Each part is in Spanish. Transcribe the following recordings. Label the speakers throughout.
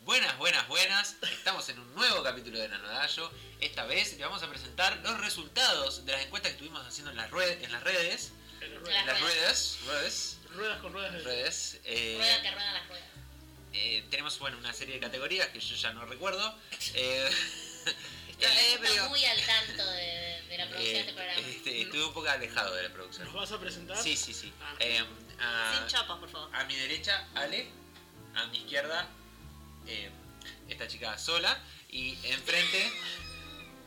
Speaker 1: Buenas, buenas, buenas. Estamos en un nuevo capítulo de Nanodayo. Esta vez le vamos a presentar los resultados de las encuestas que estuvimos haciendo en las, rued- en las redes.
Speaker 2: Las
Speaker 1: en las
Speaker 2: ruedas.
Speaker 1: redes. Redes.
Speaker 3: Ruedas con ruedas de...
Speaker 1: redes. Eh,
Speaker 2: Ruedan que ruedan las ruedas.
Speaker 1: eh, tenemos bueno, una serie de categorías que yo ya no recuerdo. Eh,
Speaker 2: Está,
Speaker 1: eh, pero,
Speaker 2: muy al tanto de, de la producción
Speaker 1: eh,
Speaker 2: de este programa.
Speaker 1: este, estuve un poco alejado de la producción.
Speaker 3: ¿Nos vas a presentar?
Speaker 1: Sí, sí, sí.
Speaker 3: Ah.
Speaker 1: Eh,
Speaker 4: Sin
Speaker 1: a,
Speaker 4: chopos, por favor.
Speaker 1: a mi derecha, Ale. A mi izquierda, eh, esta chica sola. Y enfrente,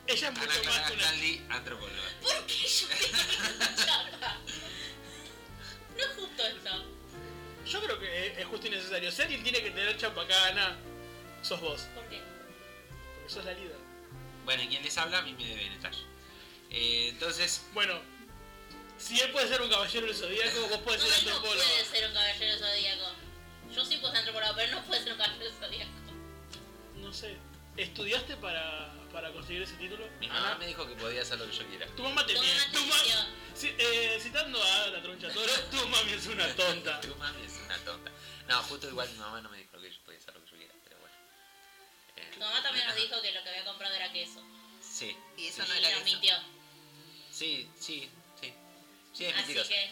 Speaker 3: Ella es
Speaker 1: Ana
Speaker 3: mucho
Speaker 1: Clara
Speaker 3: más que una...
Speaker 1: Caldi, antropóloga.
Speaker 2: ¿Por qué yo tengo que escucharla? No es justo esto.
Speaker 3: Yo creo que es- es justo y necesario. Si alguien tiene que tener chapa acá, Ana, sos vos.
Speaker 2: ¿Por qué?
Speaker 3: Porque sos la líder.
Speaker 1: Bueno, y quien les habla a mí me debe detalle. Eh, entonces,
Speaker 3: Bueno, si él puede ser un caballero del zodíaco, vos podés
Speaker 2: No,
Speaker 3: ser
Speaker 2: él no
Speaker 3: antropólogo.
Speaker 2: puede ser un caballero zodíaco. Yo sí puedo ser antropólogo, pero no puede ser un caballero zodíaco.
Speaker 3: No sé. ¿Estudiaste para, para conseguir ese título?
Speaker 1: mi mamá
Speaker 3: Ana,
Speaker 2: Ah.
Speaker 1: me dijo que podía hacer lo que yo quiera.
Speaker 3: tu mamá te
Speaker 2: Tu
Speaker 3: miente.
Speaker 2: mamá te
Speaker 3: Tu ma-
Speaker 2: mintió.
Speaker 3: Sí, eh, citando a la troncha toro, tu mami es una tonta.
Speaker 1: Tu mami es una tonta. No, justo igual mi mamá no me dijo que yo podía hacer lo que yo quiera, pero bueno. Eh,
Speaker 2: Tu mamá también nos dijo que lo que había comprado era queso.
Speaker 1: Sí.
Speaker 4: Y
Speaker 1: sí,
Speaker 4: eso no
Speaker 2: y
Speaker 4: era
Speaker 2: nos
Speaker 4: eso.
Speaker 2: mintió.
Speaker 1: Sí, sí, sí. Sí, es
Speaker 2: Así
Speaker 1: mentiroso.
Speaker 2: que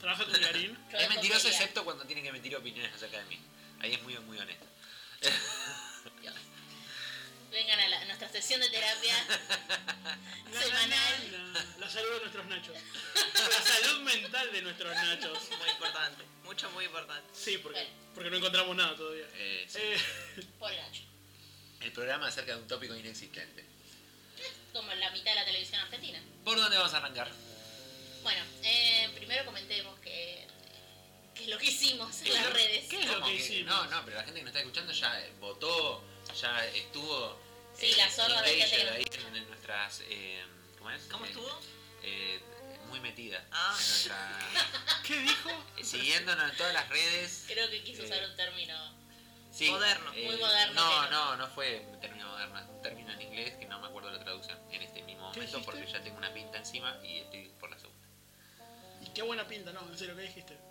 Speaker 3: Trabaja tu clarín.
Speaker 2: yo
Speaker 1: Es mentiroso
Speaker 2: escogería.
Speaker 1: excepto cuando tienen que mentir opiniones acerca de mí. Ahí es muy, muy honesto.
Speaker 2: Dios. Vengan a, la- a nuestra sesión de terapia semanal.
Speaker 3: La salud de nuestros nachos. La salud mental de nuestros nachos.
Speaker 4: Muy importante. Mucho, muy importante.
Speaker 3: Sí, porque,
Speaker 2: Bueno.
Speaker 3: porque no encontramos nada todavía.
Speaker 1: Eh, sí.
Speaker 3: Eh,
Speaker 2: Por Nacho.
Speaker 1: El programa acerca de un tópico inexistente.
Speaker 2: Como la mitad de la televisión argentina.
Speaker 1: ¿Por dónde vamos a arrancar?
Speaker 2: Bueno, eh, primero comentemos que, que lo que hicimos en las
Speaker 3: lo-
Speaker 2: redes.
Speaker 3: ¿Qué es lo
Speaker 1: ¿Cómo
Speaker 3: que
Speaker 1: No,
Speaker 3: hicimos?
Speaker 1: no, pero la gente que nos está escuchando ya eh, votó, ya estuvo. eh,
Speaker 2: Sí, la zorra de
Speaker 1: engaged
Speaker 2: gente que nos
Speaker 1: ahí en, en nuestras. eh, ¿Cómo es?
Speaker 4: ¿Cómo
Speaker 1: Eh,
Speaker 4: estuvo?
Speaker 1: eh, muy metida.
Speaker 4: Ah.
Speaker 1: En nuestra-
Speaker 3: ¿Qué dijo?
Speaker 1: siguiéndonos en todas las redes.
Speaker 2: Creo que quiso
Speaker 1: Eh.
Speaker 2: usar un término.
Speaker 1: Sí, eh,
Speaker 4: Moderno.
Speaker 2: Muy moderno
Speaker 1: No,
Speaker 2: que
Speaker 1: no, no fue un término moderno, es un término en inglés que no me acuerdo la traducción en este mismo
Speaker 3: ¿Qué
Speaker 1: momento porque
Speaker 3: dijiste?
Speaker 1: ya tengo una pinta encima y estoy por la segunda.
Speaker 3: Y qué buena pinta, no, en serio, ¿qué dijiste?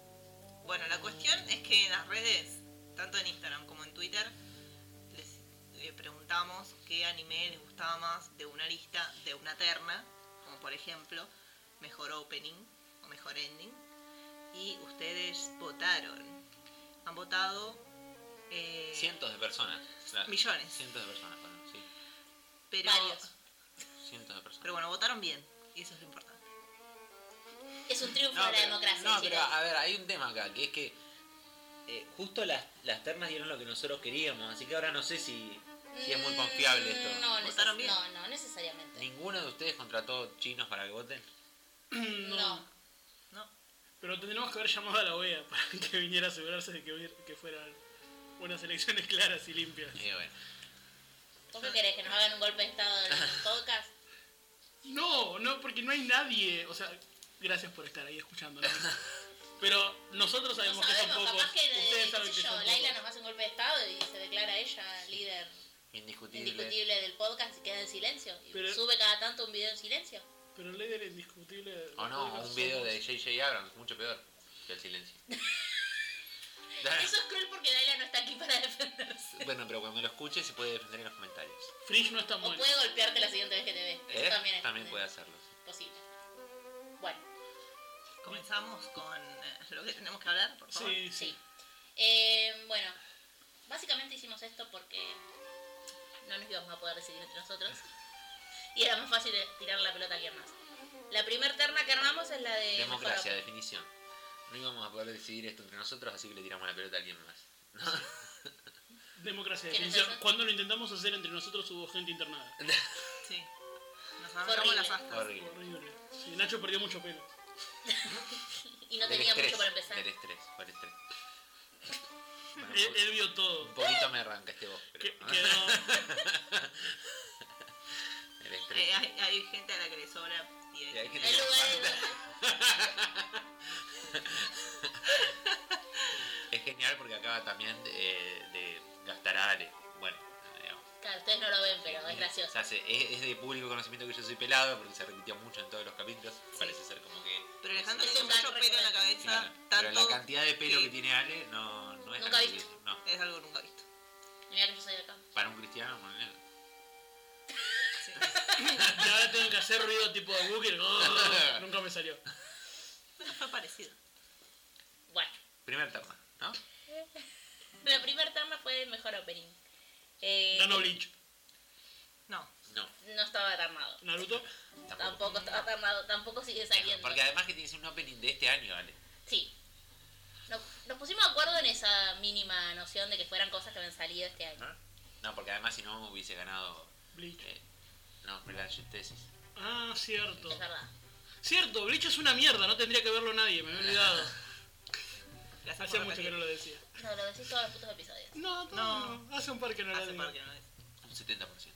Speaker 4: Bueno, la cuestión es que en las redes, tanto en Instagram como en Twitter, les eh, preguntamos qué anime les gustaba más de una lista, de una terna, como por ejemplo, mejor opening o mejor ending. Y ustedes votaron. Han votado eh,
Speaker 1: Cientos de personas. la-
Speaker 4: millones.
Speaker 1: Cientos de personas, perdón, sí.
Speaker 4: Pero,
Speaker 2: Varios.
Speaker 1: Cientos de personas.
Speaker 4: pero bueno, votaron bien. Y eso es lo importante.
Speaker 2: Es un triunfo
Speaker 1: No,
Speaker 2: de la
Speaker 1: pero-
Speaker 2: democracia,
Speaker 1: no, pero ah,
Speaker 2: chicos.
Speaker 1: a ver, hay un tema acá, que es que eh, justo las, las ternas dieron lo que nosotros queríamos, así que ahora no sé si, si es muy
Speaker 2: Mm,
Speaker 1: confiable esto.
Speaker 2: No,
Speaker 4: ¿Votaron
Speaker 2: neces-
Speaker 4: bien?
Speaker 2: no, no necesariamente.
Speaker 1: ¿Ninguno de ustedes contrató chinos para que voten?
Speaker 2: No.
Speaker 4: ¿No?
Speaker 3: Pero tendríamos que haber llamado a la OEA para que viniera a asegurarse de que, hubier- que fueran unas elecciones claras y limpias.
Speaker 1: Eh, bueno.
Speaker 2: ¿Vos qué querés? ¿Que nos hagan un golpe de estado en el podcast?
Speaker 3: No, no, porque no hay nadie. O sea, gracias por estar ahí escuchándonos. Pero nosotros
Speaker 2: No
Speaker 3: sabemos, que son
Speaker 2: sabemos,
Speaker 3: pocos.
Speaker 2: capaz que, eh,
Speaker 3: Ustedes
Speaker 2: qué
Speaker 3: saben
Speaker 2: sé
Speaker 3: que
Speaker 2: yo,
Speaker 3: son
Speaker 2: Laila
Speaker 3: pocos.
Speaker 2: nos hace un golpe de estado y se declara ella líder
Speaker 1: Indiscutible.
Speaker 2: indiscutible del podcast y queda en silencio. Y
Speaker 3: Pero-
Speaker 2: sube cada tanto un video en silencio.
Speaker 3: Pero ley del indiscutible.
Speaker 1: O no, o un video de JJ Abrams, mucho peor que el silencio. Ah.
Speaker 2: Eso es cruel porque Laila no está aquí para defenderse.
Speaker 1: bueno, pero cuando lo escuche se puede defender en los comentarios.
Speaker 3: Frisch no está
Speaker 2: O
Speaker 3: muerto.
Speaker 2: puede golpearte la siguiente vez que te ve. Eso
Speaker 1: ¿Eh?
Speaker 2: también es
Speaker 1: puede hacerlo. sí.
Speaker 2: posible. Bueno,
Speaker 4: Comenzamos con eh, lo que tenemos que hablar, por favor.
Speaker 3: Sí, sí.
Speaker 2: sí. Eh, bueno, básicamente hicimos esto porque no nos íbamos a poder decidir entre nosotros. Y era más fácil de tirar la pelota a alguien más. La primer terna que armamos es la de...
Speaker 1: Democracia,
Speaker 2: mejor
Speaker 1: definición. No íbamos a poder decidir esto entre nosotros, así que le tiramos la pelota a alguien más.
Speaker 3: Democracia.
Speaker 2: ¿Quién es
Speaker 3: definición.
Speaker 2: esa?
Speaker 3: Cuando lo intentamos hacer entre nosotros hubo gente internada.
Speaker 4: Sí. Nos arrancamos las astas.
Speaker 1: Horrible.
Speaker 3: Horrible. Sí, Nacho perdió mucho pelo.
Speaker 2: opinión. Y no
Speaker 1: Del
Speaker 2: tenía
Speaker 1: estrés,
Speaker 2: mucho para empezar.
Speaker 1: Del estrés, por estrés. Bueno,
Speaker 3: Él,
Speaker 2: Eh,
Speaker 1: un
Speaker 3: él vio todo.
Speaker 1: po- un poquito me arrancaste vos, Ah, pues. pero. ah.
Speaker 3: Que- quedó-
Speaker 1: El estrés.
Speaker 2: Eh, ah,
Speaker 4: Hay, hay- hay gente a la que le sobra y hay
Speaker 1: Y hay
Speaker 4: gente-
Speaker 2: El lugar de...
Speaker 1: Es genial porque acaba también de, de gastar a Ale. Bueno, digamos.
Speaker 2: Claro, ustedes no lo ven, pero es
Speaker 1: O
Speaker 2: gracioso.
Speaker 1: sea, se- es, es de público conocimiento que yo soy pelado porque se repitió mucho en todos los capítulos. Parece ser como que.
Speaker 4: Pero Alejandro
Speaker 2: Es
Speaker 4: tiene
Speaker 2: un gran
Speaker 4: mucho pelo en la
Speaker 2: referente.
Speaker 4: cabeza,
Speaker 1: Claro, pero
Speaker 4: tanto
Speaker 1: la cantidad de pelo
Speaker 4: que-
Speaker 1: que tiene Ale no, no es
Speaker 2: Nunca
Speaker 1: algo
Speaker 2: visto.
Speaker 1: que- no.
Speaker 4: es algo nunca visto.
Speaker 2: Mira que yo soy Beckham.
Speaker 1: Para un cristiano, ponele.
Speaker 4: Sí.
Speaker 3: Y ahora tengo que hacer ruido tipo de Booker. nunca me salió.
Speaker 4: Bueno, fue parecido.
Speaker 2: Bueno,
Speaker 1: Primer terna, ¿no?
Speaker 2: la primera terna fue el mejor opening. Eh,
Speaker 3: Ganó Bleach.
Speaker 4: No.
Speaker 1: No.
Speaker 2: no estaba armado.
Speaker 3: Naruto.
Speaker 1: Tampoco.
Speaker 2: Tampoco estaba armado, tampoco sigue saliendo.
Speaker 1: Porque además que tienes un opening de este año, ¿vale?
Speaker 2: Sí. Nos, nos pusimos de acuerdo en esa mínima noción de que fueran cosas que habían salido este año.
Speaker 1: ¿no? ¿Ah? No, porque además si no hubiese ganado.
Speaker 3: Bleach.
Speaker 1: eh, no, Brilliant Tesis.
Speaker 3: Ah, cierto.
Speaker 2: Es verdad.
Speaker 3: Cierto, Bleach es una mierda, no tendría que verlo nadie, me había olvidado.
Speaker 4: Gracias
Speaker 3: Hacía
Speaker 4: por
Speaker 3: mucho que
Speaker 4: repetir.
Speaker 3: no lo decía.
Speaker 2: No, lo decís todos los putos episodios.
Speaker 3: No, no,
Speaker 4: No.
Speaker 3: no. Hace un par que no lo
Speaker 4: Hace
Speaker 3: digo.
Speaker 4: par que no es.
Speaker 1: Un 70%.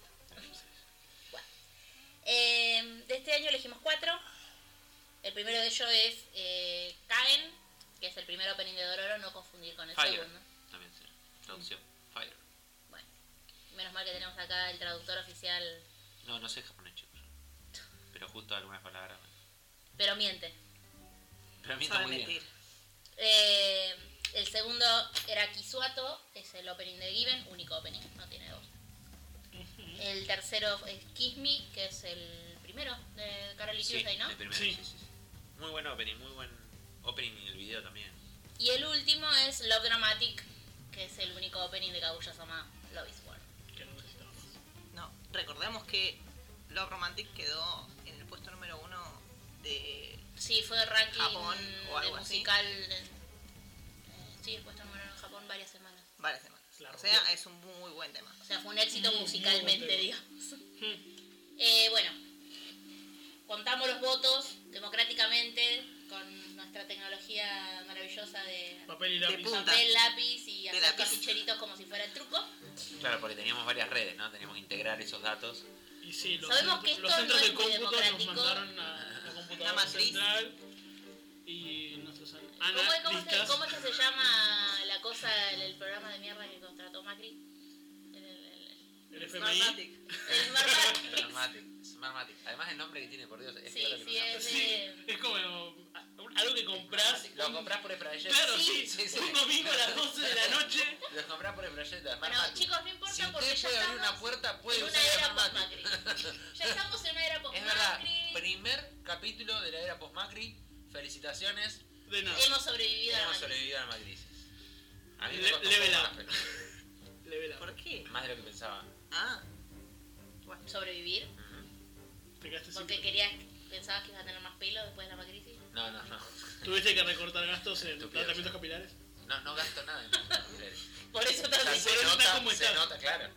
Speaker 2: Eh, de este año elegimos cuatro. El primero de ellos es eh, Kagen, que es el primer opening de Dororo, no confundir con el
Speaker 1: Fire.
Speaker 2: segundo.
Speaker 1: También será. Traducción. Fire.
Speaker 2: Bueno, menos mal que tenemos acá el traductor oficial,
Speaker 1: No, no sé japonés, chicos. Pero justo algunas palabras.
Speaker 2: pero miente.
Speaker 1: Pero a mí está
Speaker 4: Sabe
Speaker 1: muy bien.
Speaker 4: mentir.
Speaker 2: Eh, el segundo era Kisuato, es el opening de Given, único opening, no tiene dos. El tercero es Kiss Me, que es el primero de Carol y
Speaker 1: Sí,
Speaker 2: Tuesday, ¿no?
Speaker 4: este.
Speaker 1: el primero,
Speaker 3: Sí.
Speaker 1: sí, sí, sí. Muy buen opening, muy buen opening y el video también.
Speaker 2: Y el último es Love Dramatic, que es el único opening de Kaguya-sama, Love is War.
Speaker 3: Que no necesitábamos.
Speaker 4: No. Recordemos que Love Romantic quedó en el puesto número uno de.
Speaker 2: Sí, fue ranking
Speaker 4: Japón o
Speaker 2: de
Speaker 4: algo así.
Speaker 2: musical. de- eh, sí, puesto número uno en Japón varias semanas.
Speaker 4: varias semanas.
Speaker 3: La
Speaker 4: O
Speaker 3: rompió.
Speaker 4: sea, es un muy buen tema.
Speaker 2: O sea, fue un éxito
Speaker 3: Muy, muy
Speaker 2: musicalmente,
Speaker 3: buen tema.
Speaker 2: digamos. Eh, bueno, contamos los votos democráticamente con nuestra tecnología maravillosa de
Speaker 3: Papel y
Speaker 4: De
Speaker 3: lápiz.
Speaker 4: punta.
Speaker 2: papel, lápiz y hacer
Speaker 4: lápiz.
Speaker 2: ficheritos como si fuera el truco.
Speaker 1: Claro, porque teníamos varias redes, ¿no? Teníamos que integrar esos datos.
Speaker 3: Y sí, los,
Speaker 2: Sabemos que
Speaker 3: centros- los
Speaker 2: esto
Speaker 3: centros
Speaker 2: no
Speaker 3: del
Speaker 2: es muy
Speaker 3: cómputo nos
Speaker 2: democrático.
Speaker 3: mandaron a la
Speaker 4: La
Speaker 3: computadora
Speaker 4: matriz.
Speaker 3: central y nuestros an-
Speaker 2: ¿Cómo, es- cómo es que-
Speaker 3: analistas.
Speaker 2: cómo es que se llama la cosa, el, el programa de mierda que contrató Macri? El, el- el-
Speaker 3: El FMI.
Speaker 4: Romantic.
Speaker 2: el Smart Matrix.
Speaker 1: Smartmatic. Smartmatic. Además el nombre que tiene, por Dios, es
Speaker 2: Sí,
Speaker 1: peor de lo que
Speaker 2: sí,
Speaker 1: pensamos.
Speaker 2: es-
Speaker 3: Sí, es como a- algo que compras.
Speaker 1: Lo comprás por el proyecto.
Speaker 3: Claro, sí,
Speaker 1: Sí, sí.
Speaker 3: un domingo a las 12 de la noche.
Speaker 1: Lo comprás por el proyecto.
Speaker 2: Bueno,
Speaker 1: Smartmatic.
Speaker 2: chicos, no importa
Speaker 1: si
Speaker 2: porque
Speaker 1: usted
Speaker 2: ya
Speaker 1: puede abrir
Speaker 2: estamos
Speaker 1: una puerta, puede
Speaker 2: en una
Speaker 1: usar
Speaker 2: era
Speaker 1: Smartmatic.
Speaker 2: post-Macri. ya estamos en una era
Speaker 1: Es verdad,
Speaker 2: post-Macri.
Speaker 1: primer capítulo de la era post-Macri. Felicitaciones.
Speaker 3: De nada.
Speaker 2: Hemos sobrevivido a la
Speaker 1: Hemos
Speaker 2: Macri.
Speaker 1: sobrevivido a la macrisis. A mí me
Speaker 3: Le-
Speaker 1: costó
Speaker 3: level
Speaker 1: un poco
Speaker 3: up.
Speaker 1: más, pero-
Speaker 3: Level up.
Speaker 4: ¿Por qué?
Speaker 1: Más de lo que pensaba.
Speaker 4: Ah.
Speaker 2: ¿Sobrevivir?
Speaker 1: Ujú.
Speaker 3: Te quedaste sin-
Speaker 2: Porque querías, pensabas que ibas a tener más pelo después de la Macri.
Speaker 1: No, no, no.
Speaker 3: Tuviste que recortar gastos en
Speaker 1: Estúpido,
Speaker 3: tratamientos
Speaker 1: sí.
Speaker 3: capilares.
Speaker 1: No, no gasto nada en los capilares.
Speaker 2: Por eso
Speaker 1: O sea,
Speaker 2: también.
Speaker 3: por
Speaker 1: se
Speaker 3: eso está
Speaker 1: nota,
Speaker 3: como
Speaker 1: se
Speaker 3: está.
Speaker 1: nota, claro.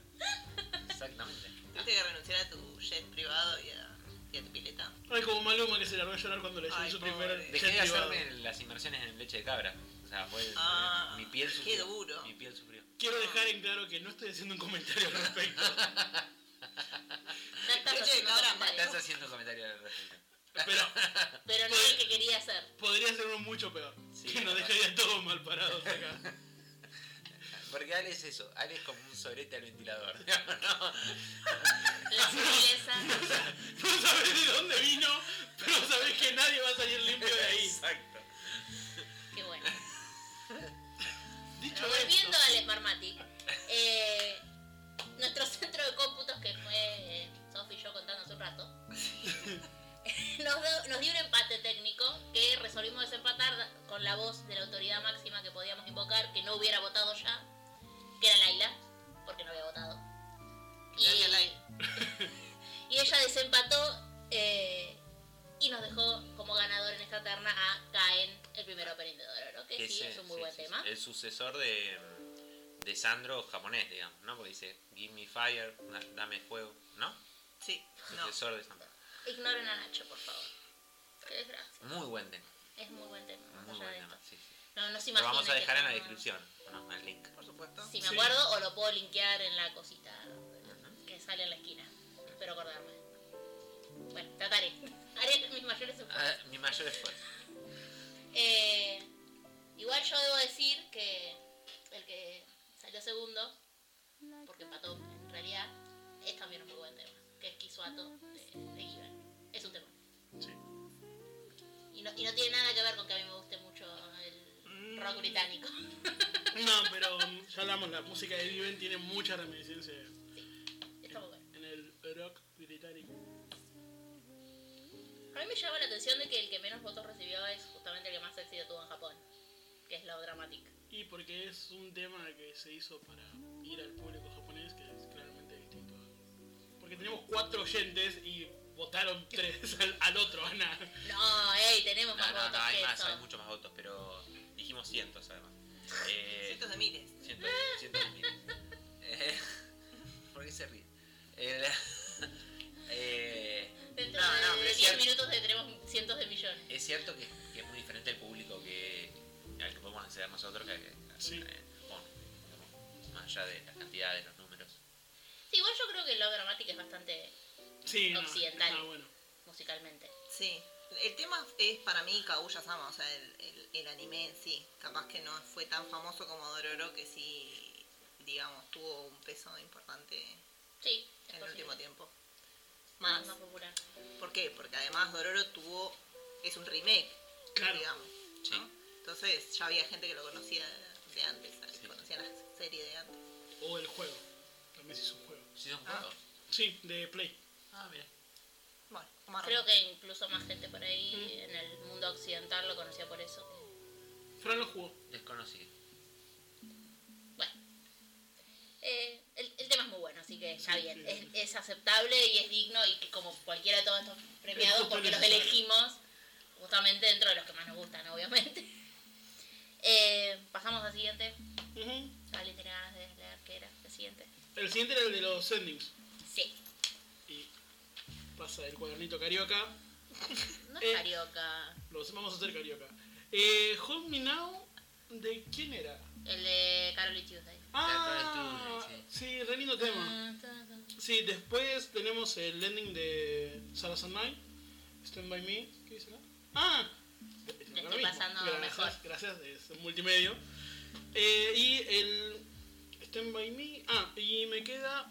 Speaker 1: Exactamente.
Speaker 4: Tuviste que renunciar a tu jet privado y a, y a tu pileta.
Speaker 3: Ay, como Maluma que se largó a llorar cuando le llegó
Speaker 4: Ay,
Speaker 3: su
Speaker 4: pobre.
Speaker 3: primer
Speaker 4: Dejé
Speaker 1: Dejé
Speaker 3: jet
Speaker 1: de
Speaker 3: privado.
Speaker 1: hacerme las inmersiones en leche de cabra. O sea, fue.
Speaker 4: Ah,
Speaker 1: mi piel
Speaker 4: qué
Speaker 1: sufrió.
Speaker 4: duro.
Speaker 1: Mi piel sufrió.
Speaker 3: Quiero dejar en claro que no estoy haciendo un comentario al respecto.
Speaker 2: No estás
Speaker 4: Leche de
Speaker 2: haciendo
Speaker 4: cabra
Speaker 2: comentarios,
Speaker 1: Estás haciendo comentarios al respecto.
Speaker 3: Pero
Speaker 2: Pero no es el que quería hacer.
Speaker 3: podría ser uno mucho peor.
Speaker 1: Sí,
Speaker 3: que nos
Speaker 1: claro.
Speaker 3: dejaría todos mal parados acá.
Speaker 1: Porque Ale es eso. Ale es como un sorete al ventilador. No,
Speaker 2: La sutileza.
Speaker 3: No sabes de dónde vino, pero sabes que nadie va a salir limpio de ahí.
Speaker 1: Exacto.
Speaker 2: Qué bueno.
Speaker 3: Dicho
Speaker 2: Pero
Speaker 3: esto,
Speaker 2: volviendo al Smartmatic, eh, nuestro centro de cómputos, que fue eh, Sofi y yo contando hace un rato, nos, dio- nos dio un empate técnico que resolvimos desempatar da- con la voz de la autoridad máxima que podíamos invocar, que no hubiera votado ya, que era Laila, porque no había votado.
Speaker 4: Gracias, Lai.
Speaker 2: y ella desempató eh, y nos dejó como ganador en esta terna a Caen, el primer opening de Dororo, que sí,
Speaker 1: Ese,
Speaker 2: es un muy
Speaker 1: sí,
Speaker 2: buen
Speaker 1: sí,
Speaker 2: tema.
Speaker 1: sí. El sucesor de, de Sandro japonés, digamos, ¿no? Porque dice, give me fire, da- dame fuego, ¿no?
Speaker 4: Sí, no.
Speaker 1: Sucesor de Sandro.
Speaker 2: Ignoren a Nacho, por favor. Qué desgracia.
Speaker 1: Muy buen tema,
Speaker 2: Es muy buen tema. más
Speaker 1: muy
Speaker 2: allá
Speaker 1: buen
Speaker 2: de
Speaker 1: tema.
Speaker 2: esto.
Speaker 1: Sí, sí.
Speaker 2: No, no se
Speaker 1: Lo
Speaker 2: imaginen.
Speaker 1: vamos a
Speaker 2: que
Speaker 1: dejar en la
Speaker 2: estamos-
Speaker 1: descripción, ¿no? El link.
Speaker 4: Por supuesto.
Speaker 2: Si me
Speaker 3: Sí.
Speaker 2: acuerdo, o lo puedo linkear en la cosita que sale en la esquina. Espero acordarme. Bueno, trataré. Haré mis mayores esfuerzos.
Speaker 1: Ah, mi mayor esfuerzo.
Speaker 2: Eh, igual yo debo decir que el que salió segundo, porque empató en realidad, es también un muy buen tema. Que es Kisuato de, de Given. Es un tema.
Speaker 3: Sí.
Speaker 1: Mm.
Speaker 2: Y no, y no tiene nada que ver con que a mí me guste mucho el rock británico.
Speaker 3: No, pero um, ya hablamos, la música de Viven tiene mucha reminiscencia en,
Speaker 2: Está muy bueno.
Speaker 3: en el rock británico.
Speaker 2: A mí me llama la atención de que el que menos votos recibió es justamente el que más éxito tuvo en Japón, que es Love Dramatic.
Speaker 3: Y porque es un tema que se hizo para ir al público japonés, que es claramente distinto. a- Porque tenemos cuatro oyentes y votaron tres al, al otro, Ana.
Speaker 2: No, ey, tenemos
Speaker 1: No,
Speaker 2: más
Speaker 1: no,
Speaker 2: votos
Speaker 1: no, hay
Speaker 2: que
Speaker 1: más,
Speaker 2: eso.
Speaker 1: hay muchos más votos, pero dijimos cientos además. Eh,
Speaker 4: Cientos de miles.
Speaker 1: cientos, cientos de miles. Eh, ¿Por qué se ríe? El- eh,
Speaker 2: Dentro
Speaker 1: No, no, pero
Speaker 2: de
Speaker 1: es
Speaker 2: 10
Speaker 1: cierto.
Speaker 2: minutos tenemos cientos de millones.
Speaker 1: es cierto que, que es muy diferente el público que al que podemos acceder nosotros que, que-
Speaker 3: Sí.
Speaker 1: eh, bueno, digamos, más allá de las cantidades, los números.
Speaker 2: Sí, igual yo creo que Love Dramatic es bastante
Speaker 3: Sí, no,
Speaker 2: Occidental.
Speaker 3: está bueno.
Speaker 2: musicalmente.
Speaker 4: Sí. El tema es para mí Kaguya-sama, o sea, el, el- el anime en sí. Capaz que no fue tan famoso como Dororo, que sí, digamos, tuvo un peso importante
Speaker 2: Sí, es
Speaker 4: en el último
Speaker 2: posible.
Speaker 4: tiempo.
Speaker 2: Más.
Speaker 4: Más.
Speaker 2: más popular.
Speaker 4: ¿Por qué? Porque además Dororo tuvo. es un remake,
Speaker 3: Claro.
Speaker 4: digamos. ¿no?
Speaker 1: Sí.
Speaker 4: Entonces ya había gente que lo conocía de antes, ¿sabes?
Speaker 1: Sí.
Speaker 4: conocía la serie de antes.
Speaker 3: O el juego. También se hizo un juego.
Speaker 1: Sí, son
Speaker 4: Ah.
Speaker 1: juegos.
Speaker 3: Sí, de Play.
Speaker 1: Ah, mira.
Speaker 4: Bueno, Omar,
Speaker 2: Creo que incluso más gente por ahí en el mundo occidental lo conocía por eso.
Speaker 3: Fran lo jugó.
Speaker 1: Desconocido.
Speaker 2: Bueno. Eh, el, el tema es muy bueno, así que está
Speaker 3: Sí,
Speaker 2: bien.
Speaker 3: sí, sí.
Speaker 2: Es, es aceptable y es digno y que como cualquiera de todos estos
Speaker 3: Es
Speaker 2: premiados,
Speaker 3: justo
Speaker 2: porque los
Speaker 3: necesario.
Speaker 2: elegimos justamente dentro de los que más nos gustan, obviamente. Eh, pasamos al siguiente.
Speaker 3: Ujú.
Speaker 2: ¿Alguien tiene ganas de leer qué era? El siguiente.
Speaker 3: El siguiente era el de los endings.
Speaker 2: Sí.
Speaker 3: Y pasa el cuadernito carioca.
Speaker 2: No
Speaker 3: Eh.
Speaker 2: es carioca.
Speaker 3: Los vamos a hacer carioca. Eh, Hold Me Now, ¿de quién era?
Speaker 2: El de Carol y Tuesday.
Speaker 3: Ah,
Speaker 1: Carol Tuesday,
Speaker 3: sí, re lindo
Speaker 2: Ah.
Speaker 3: tema. Sí, después tenemos el ending de Sarah Sanmai, Stand By Me. ¿Qué dice acá? ¡Ah!
Speaker 2: estoy
Speaker 3: Ahora mismo.
Speaker 2: pasando mejor.
Speaker 3: gracias, Gracias, es un multimedio. Eh, y el Stand By Me. Ah, y me queda.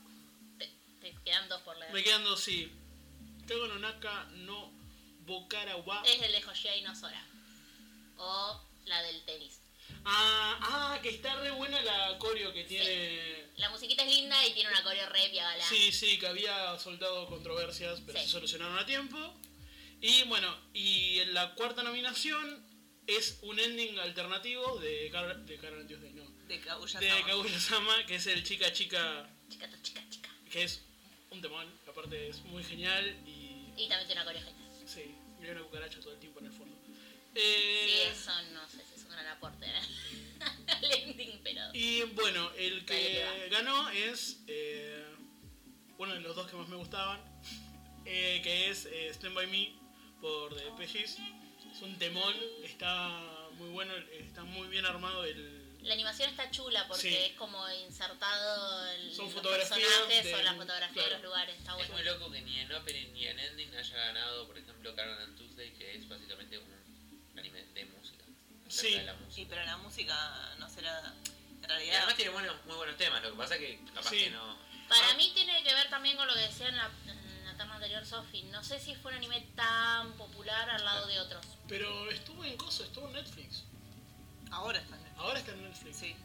Speaker 2: Te, te quedan dos por leer.
Speaker 3: Me quedan dos, sí. Kago no Naka no Bokara wa.
Speaker 2: Es el de Hoshia y Nosora. O la del tenis.
Speaker 3: Ah, ah, que está re buena la coreo que tiene.
Speaker 2: La musiquita es linda y tiene una coreo re piabalá.
Speaker 3: Sí, sí, que había soldado controversias, pero
Speaker 2: Sí.
Speaker 3: se solucionaron a tiempo. Y bueno, y en la cuarta nominación es un ending alternativo de Carol de Carol Tuesday, no.
Speaker 4: de Kaguya-sama.
Speaker 3: De Kaguya-sama, que es el chica chica,
Speaker 2: Chica, tu chica, chica.
Speaker 3: que es un demon, aparte es muy genial y
Speaker 2: Y también tiene una coreo genial.
Speaker 3: sí, mira una cucaracha todo el tiempo en el fondo.
Speaker 2: Sí,
Speaker 3: Eh,
Speaker 2: eso no sé si es un gran aporte ¿eh? al ending, pero.
Speaker 3: Y bueno, el
Speaker 2: Dale,
Speaker 3: que
Speaker 2: que
Speaker 3: ganó es eh, uno de los dos que más me gustaban, eh, que es eh, Stand By Me por The Pegis. Es un temón, está muy bueno, está muy bien armado el...
Speaker 2: La animación está chula porque
Speaker 3: Sí.
Speaker 2: es como insertado el,
Speaker 3: Son
Speaker 2: los
Speaker 3: fotografías
Speaker 2: personajes
Speaker 3: del-
Speaker 2: o la fotografía de
Speaker 3: claro.
Speaker 2: los lugares. Está
Speaker 1: Es
Speaker 2: Ah, bueno.
Speaker 1: muy loco que ni en Opening ni en Ending haya ganado, por ejemplo, Carol and Tuesday, que es básicamente un anime de música. acerca
Speaker 3: Sí.
Speaker 1: de la música.
Speaker 4: Sí, pero la música no será. En
Speaker 1: Y
Speaker 4: realidad.
Speaker 1: además tiene buenos, muy buenos temas, lo que pasa que capaz
Speaker 3: Sí.
Speaker 1: que no.
Speaker 2: Para
Speaker 3: Ah.
Speaker 2: mí tiene que ver también con lo que decía en la, en la tama anterior Sofi. No sé si fue un anime tan popular al lado de otros.
Speaker 3: Pero estuvo en cosa, estuvo en Netflix.
Speaker 4: Ahora está en-
Speaker 3: Ahora está en Netflix.
Speaker 4: Sí.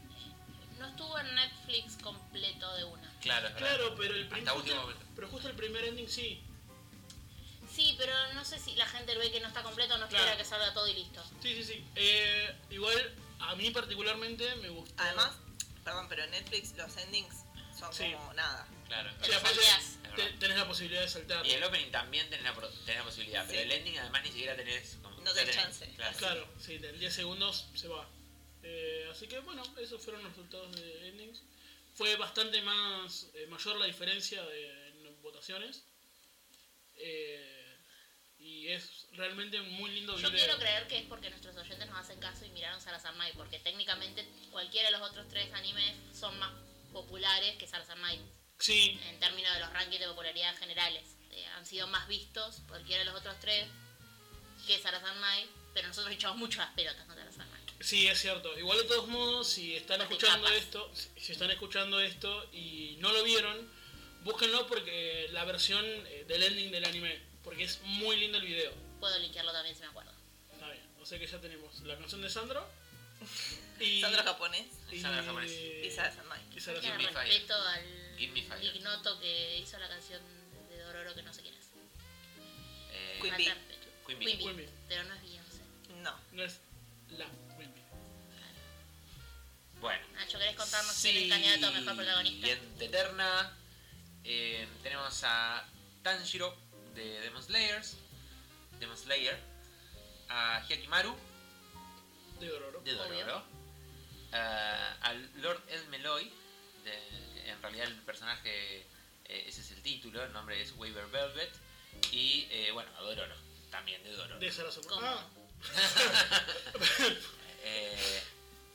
Speaker 2: No estuvo en Netflix completo de una.
Speaker 1: Claro, es verdad.
Speaker 3: Claro, pero el, prim-
Speaker 1: Hasta
Speaker 3: justo
Speaker 1: último
Speaker 3: el-
Speaker 1: momento.
Speaker 3: pero justo el primer ending sí.
Speaker 2: Sí, pero no sé si la gente lo ve que no está completo, no
Speaker 3: Claro.
Speaker 2: espera que salga todo y listo.
Speaker 3: Sí, sí, sí. Eh, igual a mí particularmente me gustó.
Speaker 4: Además, perdón, pero en Netflix los endings son
Speaker 3: Sí.
Speaker 4: como nada.
Speaker 1: Claro, es
Speaker 2: Te
Speaker 3: Sí,
Speaker 2: lo
Speaker 1: verdad.
Speaker 3: aparte-
Speaker 2: salteás.
Speaker 1: Es
Speaker 3: te-
Speaker 1: verdad.
Speaker 3: tenés la posibilidad de saltar.
Speaker 1: Y el opening también tenés la, pro- tenés la posibilidad, pero
Speaker 4: Sí.
Speaker 1: el ending además ni siquiera tenés. como-
Speaker 4: No
Speaker 1: ya
Speaker 4: tenés
Speaker 1: tenés-
Speaker 4: chance.
Speaker 1: Claro.
Speaker 3: Claro, sí, en 10 segundos se va. Eh, así que bueno, esos fueron los resultados de Endings. Fue bastante más eh, mayor la diferencia de, en votaciones. Eh, y es realmente muy lindo
Speaker 2: Yo
Speaker 3: ver-
Speaker 2: quiero creer que es porque nuestros oyentes nos hacen caso y miraron Sarasamai, porque técnicamente cualquiera de los otros tres animes son más populares que Sarasamai
Speaker 3: Sí,
Speaker 2: en términos de los rankings de popularidad generales. Eh, han sido más vistos cualquiera de los otros tres que Sarasamai, pero nosotros echamos mucho las pelotas con Sarasamai.
Speaker 3: sí, es cierto. Igual de todos modos, si están
Speaker 2: Las
Speaker 3: escuchando
Speaker 2: etapas.
Speaker 3: esto, si- si están escuchando esto y no lo vieron, búsquenlo porque la versión eh, del ending del anime, porque es muy lindo el video.
Speaker 2: Puedo linkearlo también si me acuerdo.
Speaker 3: Está bien, o sea que ya tenemos la canción de Sandro. Y, Eh,
Speaker 4: Sandro japonés
Speaker 3: y-
Speaker 1: Sandra japonés.
Speaker 4: y Sara Sanmai.
Speaker 3: y Sara
Speaker 2: Le
Speaker 1: Give
Speaker 3: Sanmai.
Speaker 1: me fire.
Speaker 2: respeto al
Speaker 1: Give me fire.
Speaker 2: ignoto que hizo la canción de Dororo que no sé quién es.
Speaker 1: Eh,
Speaker 4: Queen Bee.
Speaker 2: Matar-
Speaker 1: Queen
Speaker 2: Queen
Speaker 1: Bee.
Speaker 2: Bee.
Speaker 3: Queen Bee.
Speaker 2: Pero no es Beyoncé.
Speaker 4: No.
Speaker 3: No es la Queen Bee.
Speaker 1: Bueno.
Speaker 2: Nacho, ¿querés contarnos quién es candidato a mejor protagonista?
Speaker 1: Siguiente eterna. Eh, tenemos a Tanjiro de Demon Slayers. Demon Slayer. A Hyakimaru
Speaker 3: De Dororo.
Speaker 1: de Dororo. a- al Lord Elmeloy. de- en realidad el personaje, eh, ese es el título, el nombre es Waver Velvet. Y eh, bueno, a Dororo. También de Dororo.
Speaker 3: De Sara Sanmai.
Speaker 2: ¿Cómo?
Speaker 3: Ah,
Speaker 1: Eh,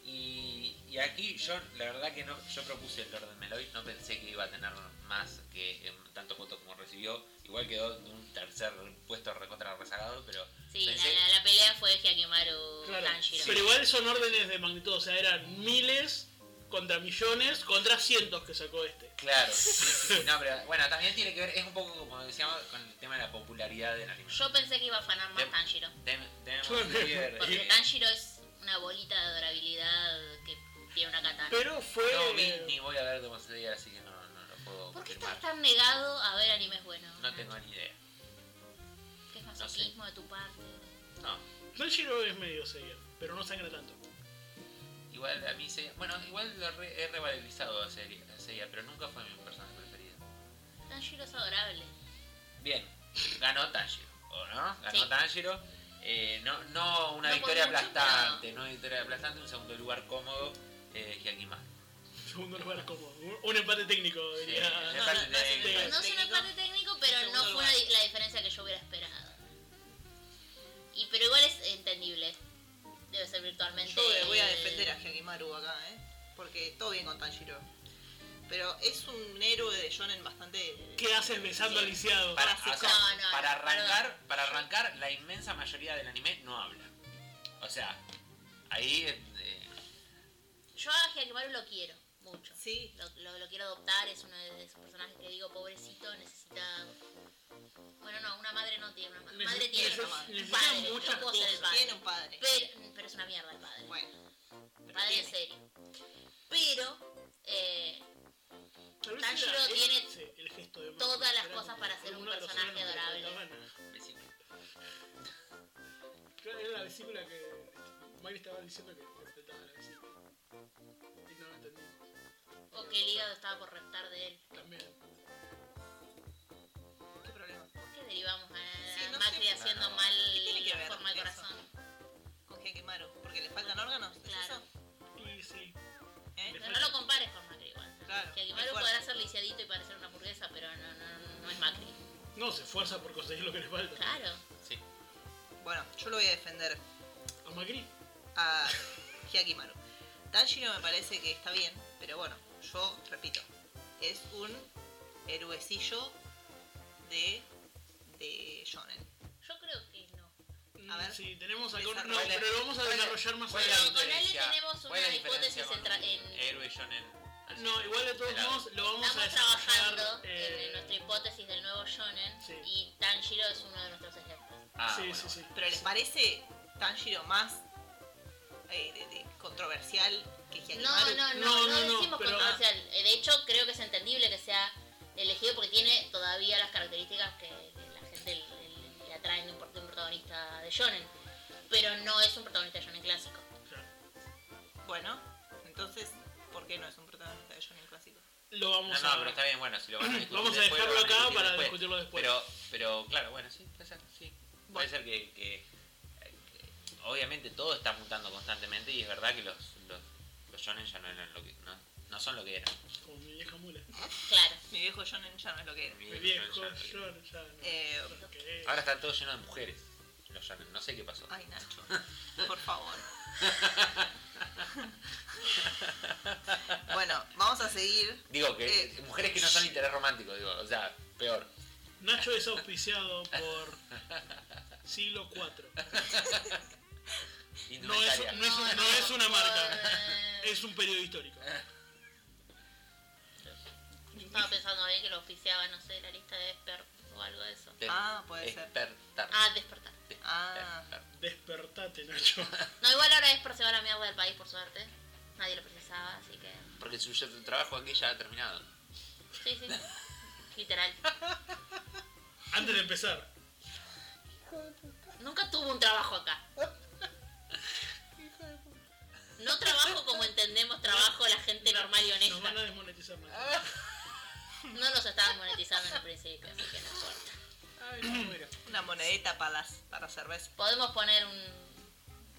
Speaker 1: y, y aquí yo, la verdad que no, yo propuse el orden Meloy, no pensé que iba a tener más que eh, tanto voto como recibió. Igual quedó en un tercer puesto recontra rezagado, pero
Speaker 2: Sí, la,
Speaker 1: pensé-
Speaker 2: la- la pelea fue Hyakimaru
Speaker 3: claro.
Speaker 2: Tanjiro.
Speaker 3: Pero igual son órdenes de magnitud. O sea, eran miles contra millones contra cientos que sacó este.
Speaker 1: Claro, sí, sí, sí, no, pero bueno, también tiene que ver, es un poco como decíamos con el tema de la popularidad del anime.
Speaker 2: Yo pensé que iba a afanar más
Speaker 1: Dem-
Speaker 2: Tanjiro.
Speaker 1: Dem- Demon
Speaker 3: Yo-
Speaker 1: Slayer, eh,
Speaker 2: Porque Tanjiro es una bolita de adorabilidad que tiene una katana.
Speaker 3: Pero fue.
Speaker 1: no vi ni voy a ver Demon Slayer, así que no, no lo puedo
Speaker 2: ¿Por qué
Speaker 1: confirmar.
Speaker 2: estás tan negado a ver animes buenos?
Speaker 1: No tengo ni idea.
Speaker 2: ¿Qué es masoquismo de tu parte?
Speaker 1: No.
Speaker 3: Tanjiro es medio seria, pero no sangra tanto.
Speaker 1: Igual a mí Seiya, bueno, igual lo re- he revalorizado a Seiya, a Seiya, pero nunca fue mi personaje preferido.
Speaker 2: Tanjiro es adorable.
Speaker 1: Bien, ganó Tanjiro, ¿o no? Ganó
Speaker 2: Sí.
Speaker 1: Tanjiro. Eh, no, no una
Speaker 2: No
Speaker 1: victoria
Speaker 2: por mucho, pero-
Speaker 1: aplastante, no una victoria aplastante, un segundo lugar cómodo, eh, Hyakimaru.
Speaker 3: Segundo lugar, como un, un empate técnico,
Speaker 1: Sí,
Speaker 3: diría.
Speaker 1: me parece
Speaker 4: no,
Speaker 1: que-
Speaker 3: no,
Speaker 2: No es un
Speaker 4: técnico.
Speaker 2: empate técnico, pero no
Speaker 4: Segundo
Speaker 2: fue una
Speaker 4: lugar.
Speaker 2: di- la diferencia que yo hubiera esperado. Y pero igual es entendible. Debe ser virtualmente.
Speaker 4: Yo eh, voy a
Speaker 2: el-
Speaker 4: defender a Hyakimaru acá, ¿eh? Porque todo bien con Tanjiro. Pero es un héroe de shonen bastante...
Speaker 3: ¿Qué haces besando al lisiado?
Speaker 1: Para,
Speaker 4: Clásico.
Speaker 1: o sea,
Speaker 2: No, no,
Speaker 1: para
Speaker 2: no, perdón.
Speaker 1: arrancar, para arrancar, la inmensa mayoría del anime no habla. O sea, ahí eh,
Speaker 2: Yo a Hyakimaru lo quiero mucho.
Speaker 4: Sí.
Speaker 2: Lo, lo- lo quiero adoptar, es uno de esos personajes que digo, pobrecito, necesita. Bueno, no, una madre no tiene una ma-
Speaker 3: Neces-
Speaker 2: madre. tiene
Speaker 3: neces-
Speaker 2: una madre. Un
Speaker 3: necesita
Speaker 2: padre, yo
Speaker 3: muchas
Speaker 2: puedo ser el
Speaker 3: cosas.
Speaker 4: Tiene
Speaker 2: padre.
Speaker 4: un padre.
Speaker 2: Pero, pero es una mierda el padre.
Speaker 4: Bueno. pero
Speaker 2: padre
Speaker 4: tiene.
Speaker 2: en serio. Pero. Eh,
Speaker 3: Tal vez
Speaker 2: Tanjiro
Speaker 3: era
Speaker 2: tiene
Speaker 3: ese el gesto de mano,
Speaker 2: todas las
Speaker 3: era
Speaker 2: cosas
Speaker 3: como
Speaker 2: para ser un
Speaker 3: uno de los
Speaker 2: personaje
Speaker 3: hermanos de
Speaker 2: adorable.
Speaker 3: Cabana.
Speaker 1: vecino.
Speaker 3: Claro, Era la vesícula que Magri estaba diciendo que le faltaba la vesícula. Y no lo entendí.
Speaker 2: o que el hígado estaba por rentar de él.
Speaker 3: También.
Speaker 4: ¿Qué problema?
Speaker 2: ¿Por qué derivamos a,
Speaker 4: Sí,
Speaker 2: a
Speaker 4: no
Speaker 2: Macri
Speaker 4: sé.
Speaker 2: haciendo
Speaker 1: No, no.
Speaker 2: mal
Speaker 4: ¿Qué tiene que
Speaker 2: la
Speaker 4: ver
Speaker 2: forma del
Speaker 4: eso?
Speaker 2: corazón?
Speaker 4: Con Hyakimaru. Porque le faltan órganos. ¿Es
Speaker 2: Claro.
Speaker 4: eso?
Speaker 3: Y sí.
Speaker 4: ¿Eh?
Speaker 2: Pero no lo compares con Macri igual.
Speaker 4: Claro,
Speaker 2: Que
Speaker 4: es
Speaker 2: Aguimaru
Speaker 4: fuerte.
Speaker 2: podrá ser lisiadito y parecer una hamburguesa, pero no, no, no es Macri.
Speaker 3: No, se esfuerza por conseguir lo que le falta.
Speaker 2: Claro.
Speaker 1: Sí.
Speaker 4: Bueno, yo lo voy a defender
Speaker 3: A Magri.
Speaker 4: a Hyakimaru. Tanjiro me parece que está bien, pero bueno, yo repito, es un héroecillo de, de shonen.
Speaker 2: Yo creo que no.
Speaker 3: Mm,
Speaker 4: A ver.
Speaker 3: Sí, tenemos acá un... No,
Speaker 4: Desarrolla.
Speaker 3: pero lo vamos a
Speaker 1: Bueno,
Speaker 3: desarrollar más
Speaker 1: ¿Cuál es la
Speaker 3: adelante.
Speaker 2: con él
Speaker 1: diferencia?
Speaker 2: tenemos
Speaker 1: ¿Cuál es la
Speaker 2: una
Speaker 1: diferencia
Speaker 2: hipótesis
Speaker 1: con un
Speaker 2: central en-
Speaker 1: Héroe shonen. Así.
Speaker 3: No, igual de todos
Speaker 1: Claro.
Speaker 3: modos lo vamos a
Speaker 2: Estamos
Speaker 3: desarrollar.
Speaker 2: trabajando en,
Speaker 3: eh,
Speaker 2: en nuestra hipótesis del nuevo shonen
Speaker 3: sí.
Speaker 2: y Tanjiro es uno de nuestros ejemplos.
Speaker 1: Ah,
Speaker 3: sí,
Speaker 1: bueno,
Speaker 3: sí, sí.
Speaker 1: bueno.
Speaker 4: Pero les parece Tanjiro más eh, de- de controversial que
Speaker 2: No,
Speaker 4: Hyakimaru.
Speaker 2: no, no,
Speaker 3: No, no,
Speaker 2: no,
Speaker 3: no,
Speaker 2: decimos
Speaker 3: pero-
Speaker 2: controversial. Eh, De hecho, creo que es entendible que sea elegido porque tiene todavía las características que que la gente le, le- le atraen de un, pro- de un protagonista de shonen. Pero no es un protagonista de shonen clásico.
Speaker 3: claro.
Speaker 4: Bueno, entonces, ¿por qué no es un protagonista de shonen clásico?
Speaker 3: Lo vamos
Speaker 1: no,
Speaker 3: a...
Speaker 1: no, pero está bien, bueno, si lo van a discutir
Speaker 3: Vamos a
Speaker 1: después, lo
Speaker 3: dejarlo
Speaker 1: van a
Speaker 3: acá
Speaker 1: discutir
Speaker 3: para discutirlo después.
Speaker 1: Pero, pero claro, bueno, sí, puede ser, sí. Puede
Speaker 3: Bueno.
Speaker 1: ser que, que- que- obviamente todo está mutando constantemente y es verdad que los, los, los shonen ya no eran lo que no, no son lo que eran.
Speaker 3: Como mi vieja mula.
Speaker 2: Claro.
Speaker 4: Mi viejo shonen ya no es lo que era.
Speaker 3: Mi viejo,
Speaker 1: Los shonen ya no-
Speaker 3: yo ya no
Speaker 4: Eh,
Speaker 3: sé lo que es.
Speaker 1: Ahora están todos llenos de mujeres. Los shonen, no sé qué pasó.
Speaker 4: ay, Nacho, por favor. bueno, vamos a seguir.
Speaker 1: Digo que
Speaker 4: Eh.
Speaker 1: mujeres que no son interés romántico, digo, o sea, peor.
Speaker 3: Nacho es auspiciado por siglo 4.
Speaker 1: Indumentaria.
Speaker 3: No es un- no es una marca.
Speaker 2: por-
Speaker 3: Es un periodo histórico.
Speaker 2: Estaba pensando bien que lo oficiaba, no sé, la lista de Despert o algo de eso.
Speaker 1: Te-
Speaker 4: Ah, puede ser.
Speaker 1: despertar.
Speaker 2: Ah, Despertar.
Speaker 1: Despertar.
Speaker 4: Ah,
Speaker 3: Eh, Despertate, Nacho.
Speaker 2: No, igual ahora Esper se va a la mierda del país, por suerte. Nadie lo procesaba, así que.
Speaker 1: Porque su su trabajo aquí ya ha terminado.
Speaker 2: Sí, sí. Literal.
Speaker 3: Antes de empezar,
Speaker 2: Nunca tuvo un trabajo acá. No trabajo como entendemos trabajo la gente normal y
Speaker 3: nos van a
Speaker 2: honesta.
Speaker 3: desmonetizar. Nacho.
Speaker 2: No nos estaban monetizando en el principio, así que no importa.
Speaker 3: eh.
Speaker 4: una monedita para las para cerveza.
Speaker 2: Podemos poner un.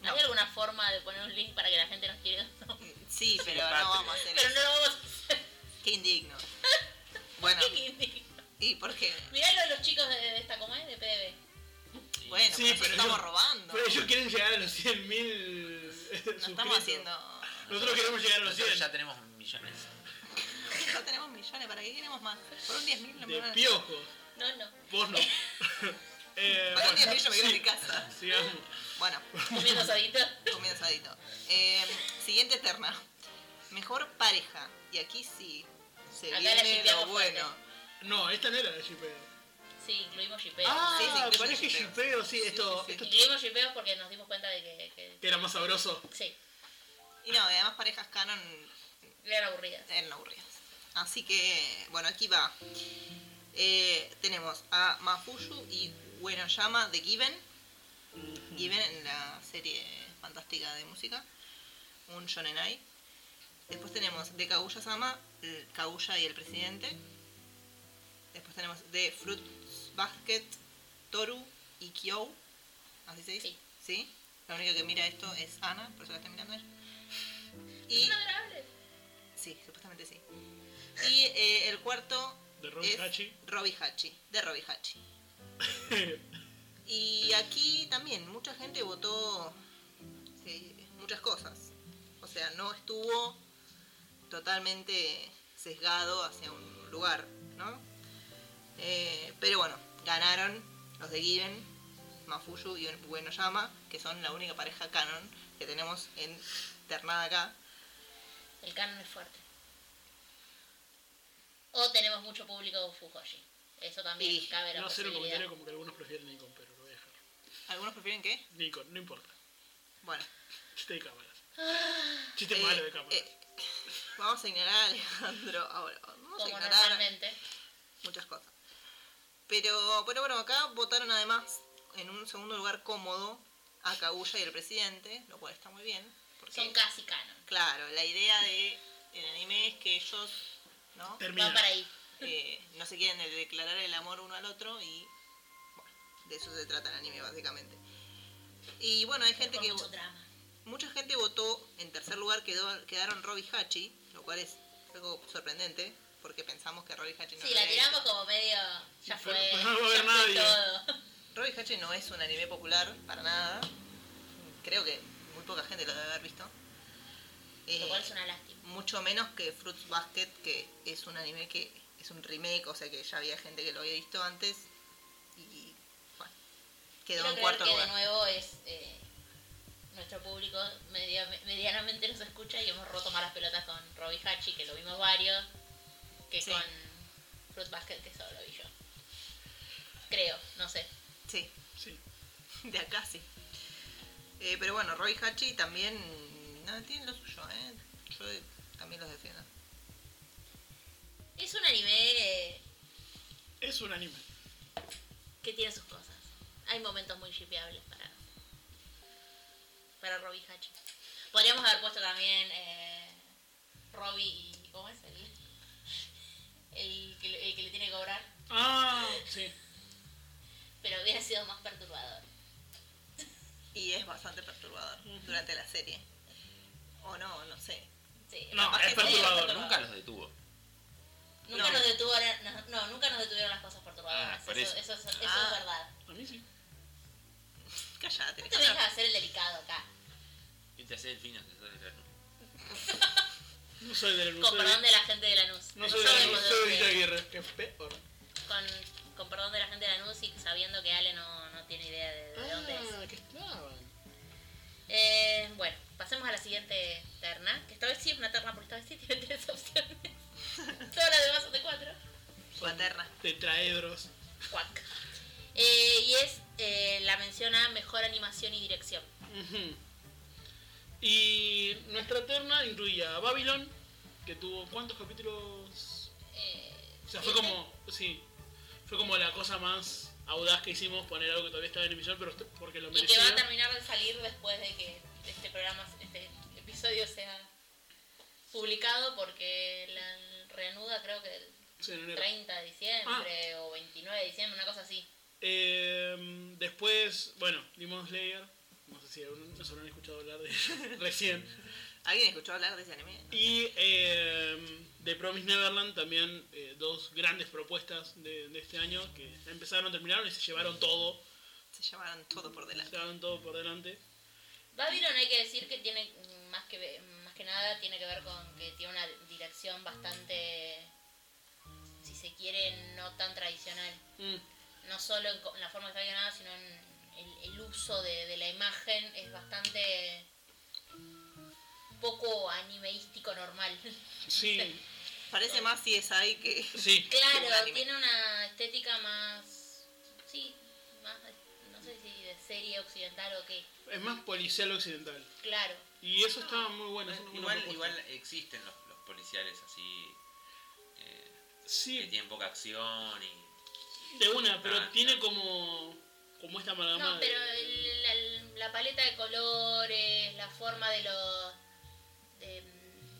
Speaker 4: No.
Speaker 2: ¿Hay alguna forma de poner un link para que la gente nos quiera? No.
Speaker 4: Sí, pero
Speaker 1: aparte.
Speaker 4: no vamos a hacer
Speaker 2: Pero
Speaker 4: eso.
Speaker 2: no lo vamos a hacer.
Speaker 4: Qué indigno. Bueno,
Speaker 2: Qué indigno.
Speaker 4: ¿y por qué?
Speaker 2: Mirá lo de los chicos de, de esta, ¿cómo es? De PDB.
Speaker 1: Y-
Speaker 4: Bueno,
Speaker 3: Sí,
Speaker 4: pero si
Speaker 3: pero
Speaker 4: estamos
Speaker 3: yo-
Speaker 4: robando.
Speaker 3: Pero ellos quieren llegar a los 100.000
Speaker 4: no
Speaker 3: suscritos.
Speaker 4: estamos haciendo.
Speaker 3: Nosotros queremos llegar a los
Speaker 1: nosotros
Speaker 3: 100.
Speaker 1: ya tenemos millones.
Speaker 4: No tenemos millones, ¿para qué queremos más? Por un 10.000 no me van
Speaker 3: De
Speaker 4: a-
Speaker 3: piojos.
Speaker 2: No, no.
Speaker 3: Vos no. eh,
Speaker 4: Por un 10.000 yo me quiero
Speaker 3: sí,
Speaker 4: en mi casa.
Speaker 3: sigamos.
Speaker 4: Bueno,
Speaker 2: Comiendo asaditos.
Speaker 4: comienzadito. Eh, siguiente terna. Mejor pareja. Y aquí sí. Se
Speaker 2: Acá la
Speaker 4: viene lo
Speaker 2: shippeamos fuerte.
Speaker 4: bueno.
Speaker 3: No, esta no era de Shipeo.
Speaker 2: Sí, incluimos jipeos.
Speaker 3: Ah,
Speaker 4: sí, incluye
Speaker 3: parece que
Speaker 4: shipeo.
Speaker 3: Shipeo, sí, esto,
Speaker 4: sí, sí.
Speaker 3: esto
Speaker 2: Incluimos jipeos porque nos dimos cuenta de que. que-
Speaker 3: que era más sabroso.
Speaker 2: sí,
Speaker 4: Y no, y además parejas canon
Speaker 2: eran aburridas.
Speaker 4: eran aburridas. Así que, bueno, aquí va. Eh, tenemos a Mafuyu y Uenoyama de Given. Given en la serie fantástica de música. Un shonenai. Después tenemos de Kaguya-sama, el Kaguya y el presidente. Después tenemos de Fruit Basket, Toru y Kyou. ¿Así se dice?
Speaker 2: Sí.
Speaker 4: ¿Sí? La única que mira esto es Ana, por eso la está mirando ella. Y...
Speaker 2: Son adorables.
Speaker 4: Sí, supuestamente sí. Y eh, el cuarto
Speaker 3: De Ron
Speaker 4: es
Speaker 3: Hachi.
Speaker 4: Robbie Hachi, de Robbie Hachi. Y aquí también mucha gente votó eh, muchas cosas. O sea, no estuvo totalmente sesgado hacia un lugar, ¿no? Eh, pero bueno, ganaron los de Given, Mafuyu y Uenoyama, que son la única pareja canon que tenemos en Ternada acá.
Speaker 2: El canon es fuerte. O tenemos mucho público con Fujoshi. Eso también
Speaker 4: Y
Speaker 2: cabe la
Speaker 3: No hacer un
Speaker 2: posibilidad.
Speaker 3: comentario como que algunos prefieren Nikon, pero lo voy a dejar.
Speaker 4: ¿Algunos prefieren qué?
Speaker 3: Nikon, no importa.
Speaker 4: Bueno.
Speaker 3: Chiste de cámaras.
Speaker 2: Ah,
Speaker 3: Chiste
Speaker 4: Eh,
Speaker 3: malo de cámaras.
Speaker 4: eh, vamos a ignorar a Alejandro ahora. Vamos a
Speaker 2: Como
Speaker 4: ignorar
Speaker 2: normalmente.
Speaker 4: muchas cosas. Pero, pero bueno, acá votaron además en un segundo lugar cómodo a Kaguya y el presidente, lo cual está muy bien. Porque,
Speaker 2: Son casi canon.
Speaker 4: claro, la idea de el anime es que ellos no,
Speaker 3: Termina.
Speaker 2: Van para ahí.
Speaker 4: Eh, no se quieren declarar el amor uno al otro y bueno, de eso se trata el anime básicamente. Y bueno, hay gente
Speaker 2: Con
Speaker 4: que...
Speaker 2: mucho drama.
Speaker 4: Mucha gente votó, en tercer lugar quedó, quedaron Robbie Hachi, lo cual es algo sorprendente, porque pensamos que Robbie Hachi no
Speaker 2: Sí,
Speaker 4: lo
Speaker 2: la
Speaker 4: había
Speaker 2: tiramos
Speaker 4: visto.
Speaker 2: como medio.
Speaker 3: Pero
Speaker 2: Ya fue.
Speaker 3: no va a haber
Speaker 2: ya fue
Speaker 3: nadie.
Speaker 2: todo.
Speaker 4: Robbie Hachi no es un anime popular para nada. Creo que muy poca gente lo debe haber visto. Eh,
Speaker 2: Lo cual es una lástima.
Speaker 4: Mucho menos que Fruits Basket, que es un anime que es un remake, o sea que ya había gente que lo había visto antes. Y bueno, quedó
Speaker 2: Quiero
Speaker 4: en
Speaker 2: creer
Speaker 4: cuarto
Speaker 2: que
Speaker 4: lugar.
Speaker 2: de nuevo es. eh, nuestro público media- medianamente nos escucha y hemos roto malas pelotas con Robbie Hachi, que lo vimos varios, que
Speaker 4: Sí.
Speaker 2: con Fruit Basket, que solo lo vi yo. Creo, no sé.
Speaker 4: Sí,
Speaker 3: Sí.
Speaker 4: De acá sí. Eh, pero bueno, Roy Hachi también no, tiene lo suyo, ¿eh? Yo de- también los defiendo.
Speaker 2: Es un anime eh,
Speaker 3: Es un anime.
Speaker 2: que tiene sus cosas. Hay momentos muy shipeables para, para Robbie Hachi. Podríamos haber puesto también eh, Robbie y. ¿Cómo es el? El que, le- el que le tiene que cobrar.
Speaker 3: Ah, sí.
Speaker 2: Pero hubiera sido más perturbador.
Speaker 4: Y es bastante perturbador durante la serie. O no, no sé.
Speaker 2: Sí,
Speaker 3: No,
Speaker 4: Capaz
Speaker 3: es
Speaker 4: que sí,
Speaker 3: perturbador,
Speaker 4: es
Speaker 1: Nunca los detuvo.
Speaker 2: Nunca
Speaker 4: No.
Speaker 2: nos detuvieron, no, no, nunca nos detuvieron las cosas perturbadoras.
Speaker 1: Ah, por
Speaker 2: eso, eso,
Speaker 1: eso.
Speaker 2: es- eso
Speaker 4: Ah.
Speaker 2: es verdad.
Speaker 3: A mí sí.
Speaker 4: Cállate.
Speaker 2: No te vengas a hacer el delicado acá.
Speaker 1: Y te hace el fino. te hace el-
Speaker 3: No soy del
Speaker 2: Con
Speaker 3: museo.
Speaker 2: perdón de la gente de Lanús.
Speaker 3: No soy del
Speaker 2: sabemos de
Speaker 3: museo de Villa
Speaker 2: dónde-
Speaker 3: Aguirre. Que es peor.
Speaker 2: con, con perdón de la gente de Lanús y sabiendo que Ale no, no tiene idea de, de dónde es.
Speaker 3: Ah, que estaban.
Speaker 2: Eh, bueno, pasemos a la siguiente terna. Que esta vez sí es una terna porque esta vez sí tiene tres opciones. Todas las demás son de cuatro.
Speaker 4: Paterna.
Speaker 3: Tetraedros.
Speaker 2: Cuac. Eh, y es eh, la mención a mejor animación y dirección.
Speaker 3: Ujú. Y nuestra terna incluía a Babylon, que tuvo cuántos capítulos.
Speaker 2: Eh,
Speaker 3: O sea, fue
Speaker 2: ¿siete?
Speaker 3: como. Sí. Fue como la cosa más audaz que hicimos, poner algo que todavía estaba en emisión, pero est- porque lo
Speaker 2: Y que
Speaker 3: merecía.
Speaker 2: va a terminar de salir después de que este programa, este episodio sea publicado porque la reanuda creo que el
Speaker 3: Sí, en enero.
Speaker 2: 30 de diciembre
Speaker 3: Ah.
Speaker 2: o 29 de diciembre, una cosa así.
Speaker 3: Eh, después, bueno, Demon Slayer. No sé si aún- nos habrán escuchado hablar de recién.
Speaker 4: ¿Alguien escuchó hablar de ese anime?
Speaker 3: Y eh, de Promise Neverland también eh, dos grandes propuestas de, de este año que empezaron, terminaron y se llevaron todo.
Speaker 4: Se llevaron todo por
Speaker 3: Se
Speaker 4: delante.
Speaker 3: llevaron todo por delante.
Speaker 2: Babylon hay que decir que tiene mm, más que ve- más que nada tiene que ver con que tiene una dirección bastante si se quiere no tan tradicional,
Speaker 3: Mm.
Speaker 2: no solo en, co- en la forma que está guionada, sino en el, el uso de, de la imagen es bastante poco animeístico normal.
Speaker 3: Sí,
Speaker 4: Parece más CSI que.
Speaker 3: sí.
Speaker 4: Sí, un
Speaker 2: Claro,
Speaker 4: anime.
Speaker 2: tiene una estética más. Sí, más. No sé si de serie occidental o qué.
Speaker 3: Es más policial occidental.
Speaker 2: Claro.
Speaker 3: Y eso estaba muy bueno. eso fue una
Speaker 1: Igual,
Speaker 3: propuesta.
Speaker 1: igual existen los, los policiales así eh, que
Speaker 3: Sí,
Speaker 1: tienen poca acción y
Speaker 3: de una, pero
Speaker 1: Ah,
Speaker 3: tiene
Speaker 1: claro.
Speaker 3: como, como esta amalgama.
Speaker 2: No, pero
Speaker 3: de-
Speaker 2: el- la, la paleta de colores, la forma de los. de-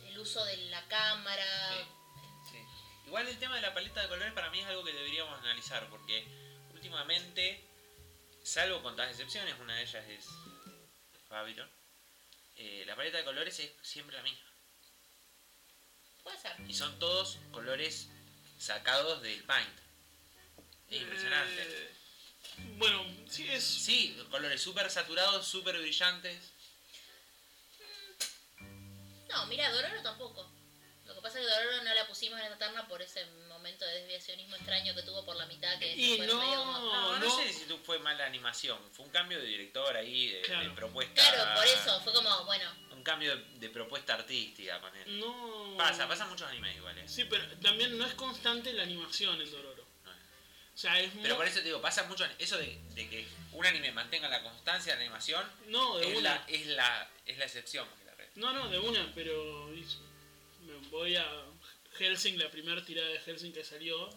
Speaker 2: el uso de la cámara.
Speaker 1: Sí. Sí. Igual el tema de la paleta de colores para mí es algo que deberíamos analizar porque últimamente, salvo contadas excepciones, una de ellas es Babylon, eh, la paleta de colores es siempre la misma.
Speaker 2: Puede ser.
Speaker 1: Y son todos colores sacados del paint. Es impresionante.
Speaker 4: Eh,
Speaker 3: Bueno, sí, es.
Speaker 1: Sí, colores súper saturados, súper brillantes.
Speaker 2: No, mira, Dororo tampoco. Lo que pasa es que Dororo no la pusimos en esta terna por ese momento de desviacionismo extraño que tuvo por la mitad que
Speaker 3: Y
Speaker 2: se fueron medio como-
Speaker 3: no,
Speaker 1: No, no,
Speaker 3: no.
Speaker 1: sé si tú fue mala animación. Fue un cambio de director ahí, de, de
Speaker 3: Claro.
Speaker 1: propuesta.
Speaker 2: Claro, por eso, fue como, bueno,
Speaker 1: Un cambio de, de propuesta artística con él.
Speaker 3: No.
Speaker 1: Pasa, pasa muchos animes iguales.
Speaker 3: Sí, pero también no es constante la animación en Dororo. O sea, es
Speaker 1: Pero
Speaker 3: muy.
Speaker 1: por eso te digo, pasa mucho an- eso de, de que un anime mantenga la constancia de la animación
Speaker 3: No, de
Speaker 1: es
Speaker 3: una.
Speaker 1: la, es la es la excepción más que la regla.
Speaker 3: No, no, de una, pero. es- me Voy a Helsing, la primera tirada de Helsing que salió.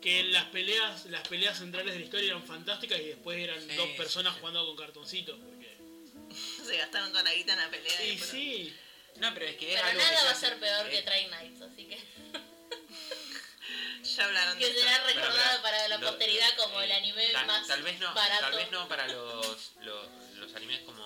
Speaker 3: Que las peleas, las peleas centrales de la historia eran fantásticas y después eran
Speaker 1: Sí,
Speaker 3: dos
Speaker 1: sí,
Speaker 3: personas
Speaker 1: sí.
Speaker 3: jugando con cartoncitos. Porque...
Speaker 4: Se gastaron toda la guita en la pelea.
Speaker 3: Y
Speaker 4: después-
Speaker 3: sí,
Speaker 1: No, pero es que es
Speaker 2: pero
Speaker 1: algo que
Speaker 2: nada
Speaker 1: se
Speaker 2: va a
Speaker 1: hace-
Speaker 2: ser peor que
Speaker 1: eh,
Speaker 2: Train Nights, así que,
Speaker 4: Ya hablaron de
Speaker 2: que
Speaker 4: esto.
Speaker 2: será recordado
Speaker 1: Bueno, pero-
Speaker 2: para la
Speaker 1: lo-
Speaker 2: posteridad como
Speaker 1: eh,
Speaker 2: el anime
Speaker 1: tal,
Speaker 2: más
Speaker 1: tal vez no,
Speaker 2: barato.
Speaker 1: Tal vez no para los, los, los animes como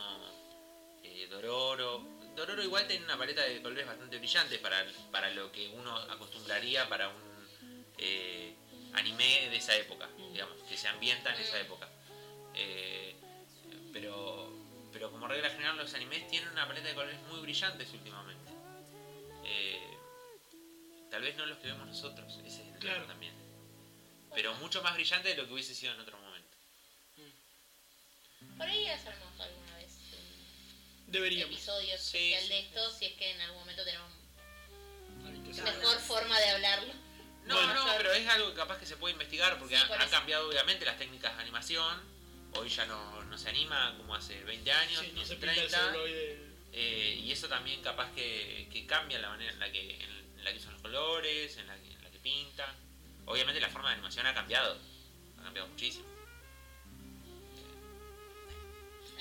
Speaker 1: eh, Dororo. Dororo igual tiene una paleta de colores bastante brillante para, para lo que uno acostumbraría para un eh, anime de esa época,
Speaker 2: Mm.
Speaker 1: digamos, que se ambienta en esa época. Eh, pero, pero como regla general los animes tienen una paleta de colores muy brillantes últimamente. Eh, tal vez no los que vemos nosotros, ese es el
Speaker 3: Claro.
Speaker 1: tema también pero mucho más brillante de lo que hubiese sido en otro momento.
Speaker 2: Por ahí hacemos alguna vez un
Speaker 3: deberíamos.
Speaker 2: episodio
Speaker 1: Sí,
Speaker 2: especial
Speaker 1: sí,
Speaker 2: de esto, si es que en algún momento tenemos
Speaker 4: Ya
Speaker 2: mejor
Speaker 4: hablamos.
Speaker 2: forma de hablarlo.
Speaker 1: No,
Speaker 3: Bueno.
Speaker 1: no, pero es algo que capaz que se puede investigar porque
Speaker 2: Sí,
Speaker 1: ha-
Speaker 2: por
Speaker 1: han
Speaker 2: eso.
Speaker 1: cambiado obviamente las técnicas de animación. Hoy ya no, no se anima como hace 20 años,
Speaker 3: Sí, no se pinta el
Speaker 1: 30.
Speaker 3: celuloide.
Speaker 1: eh, y eso también capaz que, que cambia la manera en la que, en la que usan los colores, en la, que- en la que pintan. Obviamente la forma de animación ha cambiado. Ha cambiado muchísimo.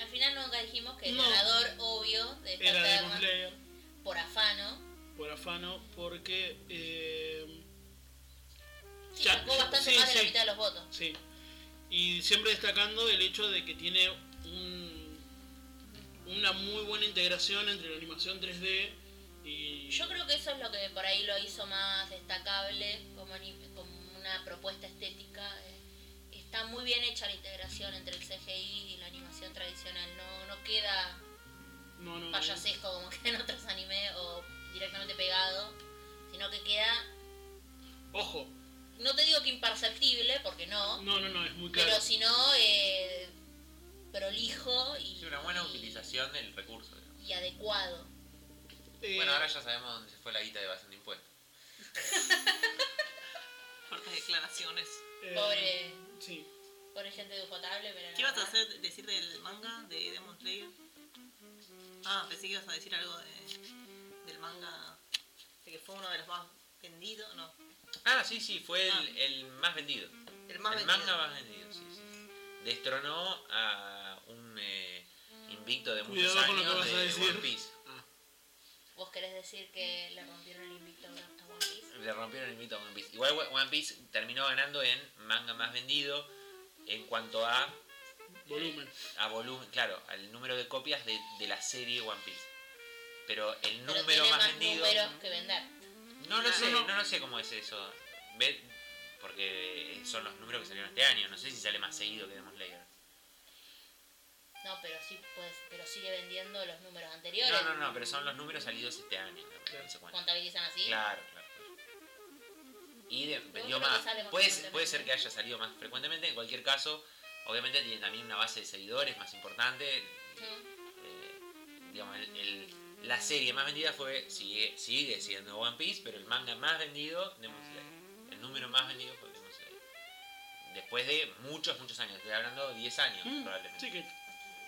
Speaker 2: Al final nunca dijimos que el
Speaker 3: No.
Speaker 2: ganador obvio de esta
Speaker 3: Era Demon
Speaker 2: terna,
Speaker 3: Slayer.
Speaker 2: por afano,
Speaker 3: por afano porque eh,
Speaker 2: sí,
Speaker 3: Ya,
Speaker 2: sacó
Speaker 3: yo-
Speaker 2: bastante
Speaker 3: sí,
Speaker 2: más de la
Speaker 3: sí.
Speaker 2: mitad de los votos.
Speaker 3: sí y siempre destacando el hecho de que tiene un, una muy buena integración entre la animación 3D y
Speaker 2: Yo creo que eso es lo que por ahí lo hizo más destacable como, ni- como una propuesta estética. eh, Está muy bien hecha la integración entre el CGI y la animación tradicional. No, no queda
Speaker 3: no eh, no
Speaker 2: payasesco como que en otros animes o directamente pegado, sino que queda,
Speaker 3: ojo
Speaker 2: no te digo que imperceptible, porque no,
Speaker 3: no no no es muy claro
Speaker 2: pero sino eh, prolijo y,
Speaker 1: Es una buena
Speaker 2: y-
Speaker 1: utilización del recurso. digamos.
Speaker 2: y adecuado.
Speaker 3: Eh,
Speaker 1: Bueno, ahora ya sabemos dónde se fue la guita de bastante impuesto.
Speaker 4: Fuertes declaraciones.
Speaker 3: eh,
Speaker 2: Pobre,
Speaker 3: sí
Speaker 2: Pone gente de ufotable, pero.
Speaker 4: ¿Qué
Speaker 2: nada
Speaker 4: ibas a
Speaker 2: más.
Speaker 4: hacer, decir del manga de Demon Slayer? Ah, pensé que ibas a decir algo de, del manga de que fue uno de los más vendidos, no,
Speaker 1: Ah, sí, sí, fue
Speaker 4: Ah.
Speaker 1: el, el más vendido.
Speaker 4: el más
Speaker 1: el
Speaker 4: vendido.
Speaker 1: manga más vendido, sí, sí. Destronó a un eh, invicto de muchos
Speaker 3: Cuidado con lo que
Speaker 1: años
Speaker 3: vas a
Speaker 1: de
Speaker 3: decir.
Speaker 1: One Piece.
Speaker 2: ¿Vos querés decir que le rompieron el invicto a One Piece?
Speaker 1: Le rompieron el mito a One Piece. Igual Wa- One Piece terminó ganando en manga más vendido en cuanto a,
Speaker 3: Volumen.
Speaker 1: a volumen, claro, al número de copias de, de la serie One Piece. Pero el
Speaker 2: Pero
Speaker 1: número
Speaker 2: tiene
Speaker 1: más
Speaker 2: más
Speaker 1: vendido.
Speaker 2: números que vender.
Speaker 1: No lo
Speaker 4: Ah,
Speaker 1: sé,
Speaker 3: no.
Speaker 1: no. lo sé cómo es eso. Ve- Porque son los números que salieron este año. No sé si sale más seguido que Demon Slayer.
Speaker 2: No, pero sí, pues, pero sigue vendiendo los números anteriores.
Speaker 1: No, no, no, pero son los números salidos este año. lo que
Speaker 3: Claro.
Speaker 1: se cuenta.
Speaker 2: Contabilizan así.
Speaker 1: Claro, claro. Y de- vendió
Speaker 2: creo que
Speaker 1: más.
Speaker 2: sale más
Speaker 1: Puede,
Speaker 2: frecuentemente.
Speaker 1: puede ser que haya salido más frecuentemente. En cualquier caso, obviamente tiene también una base de seguidores más importante.
Speaker 2: Ujú.
Speaker 1: Eh, digamos, el- el- la serie más vendida fue sigue, sigue siendo One Piece, pero el manga más vendido, Demon Slayer. El número más vendido fue Demon Slayer. Después de muchos, muchos años. Estoy hablando de 10 años,
Speaker 3: Mm,
Speaker 1: probablemente.
Speaker 3: Sí que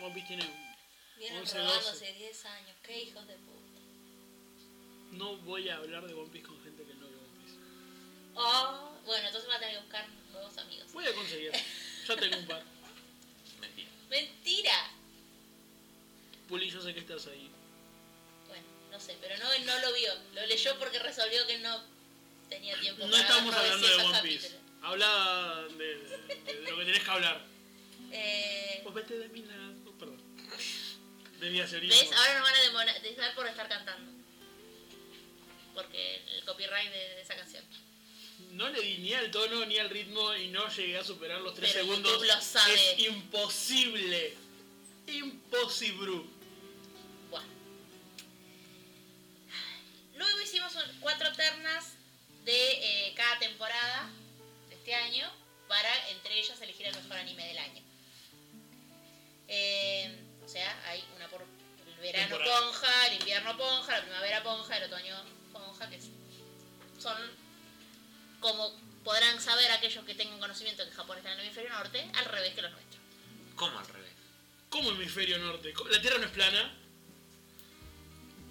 Speaker 3: One Piece tiene...
Speaker 2: Vienen
Speaker 3: 11,
Speaker 2: robándose 10 años. Qué hijos de puta.
Speaker 3: No voy a hablar de One Piece con gente que no ve One Piece.
Speaker 2: Oh, bueno, entonces van a tener que buscar nuevos amigos.
Speaker 3: Voy a conseguir. Ya tengo un par.
Speaker 1: Mentira.
Speaker 2: ¡Mentira!
Speaker 3: Puli, yo sé que estás ahí.
Speaker 2: Bueno, no sé, pero no, no lo vio. Lo leyó porque resolvió que no tenía tiempo
Speaker 3: No
Speaker 2: para ver
Speaker 3: estamos hablando de
Speaker 2: 900
Speaker 3: One Piece.
Speaker 2: capítulos.
Speaker 3: Habla de, de lo que tenés que hablar.
Speaker 2: Eh,
Speaker 3: Vos vete de mi lado. Oh, Perdón. De mi aseorismo.
Speaker 2: ¿Ves? Ahora nos van a demonetizar por estar cantando. Porque el copyright de, de esa canción.
Speaker 3: No le di ni al tono ni al ritmo y no llegué a superar los 3
Speaker 2: Pero
Speaker 3: segundos.
Speaker 2: YouTube lo sabe.
Speaker 3: Es imposible. Imposible.
Speaker 2: Bueno. Luego hicimos un- cuatro ternas de eh, cada temporada de este año para entre ellas elegir el mejor anime del año. Eh, o sea, hay una por el verano
Speaker 3: Temporada.
Speaker 2: ponja, el invierno ponja, la primavera ponja, el otoño ponja, que es- son, como podrán saber aquellos que tengan conocimiento que Japón está en el hemisferio norte, al revés que los nuestros.
Speaker 1: ¿Cómo al revés?
Speaker 3: ¿Cómo hemisferio norte? Co- La Tierra no es plana.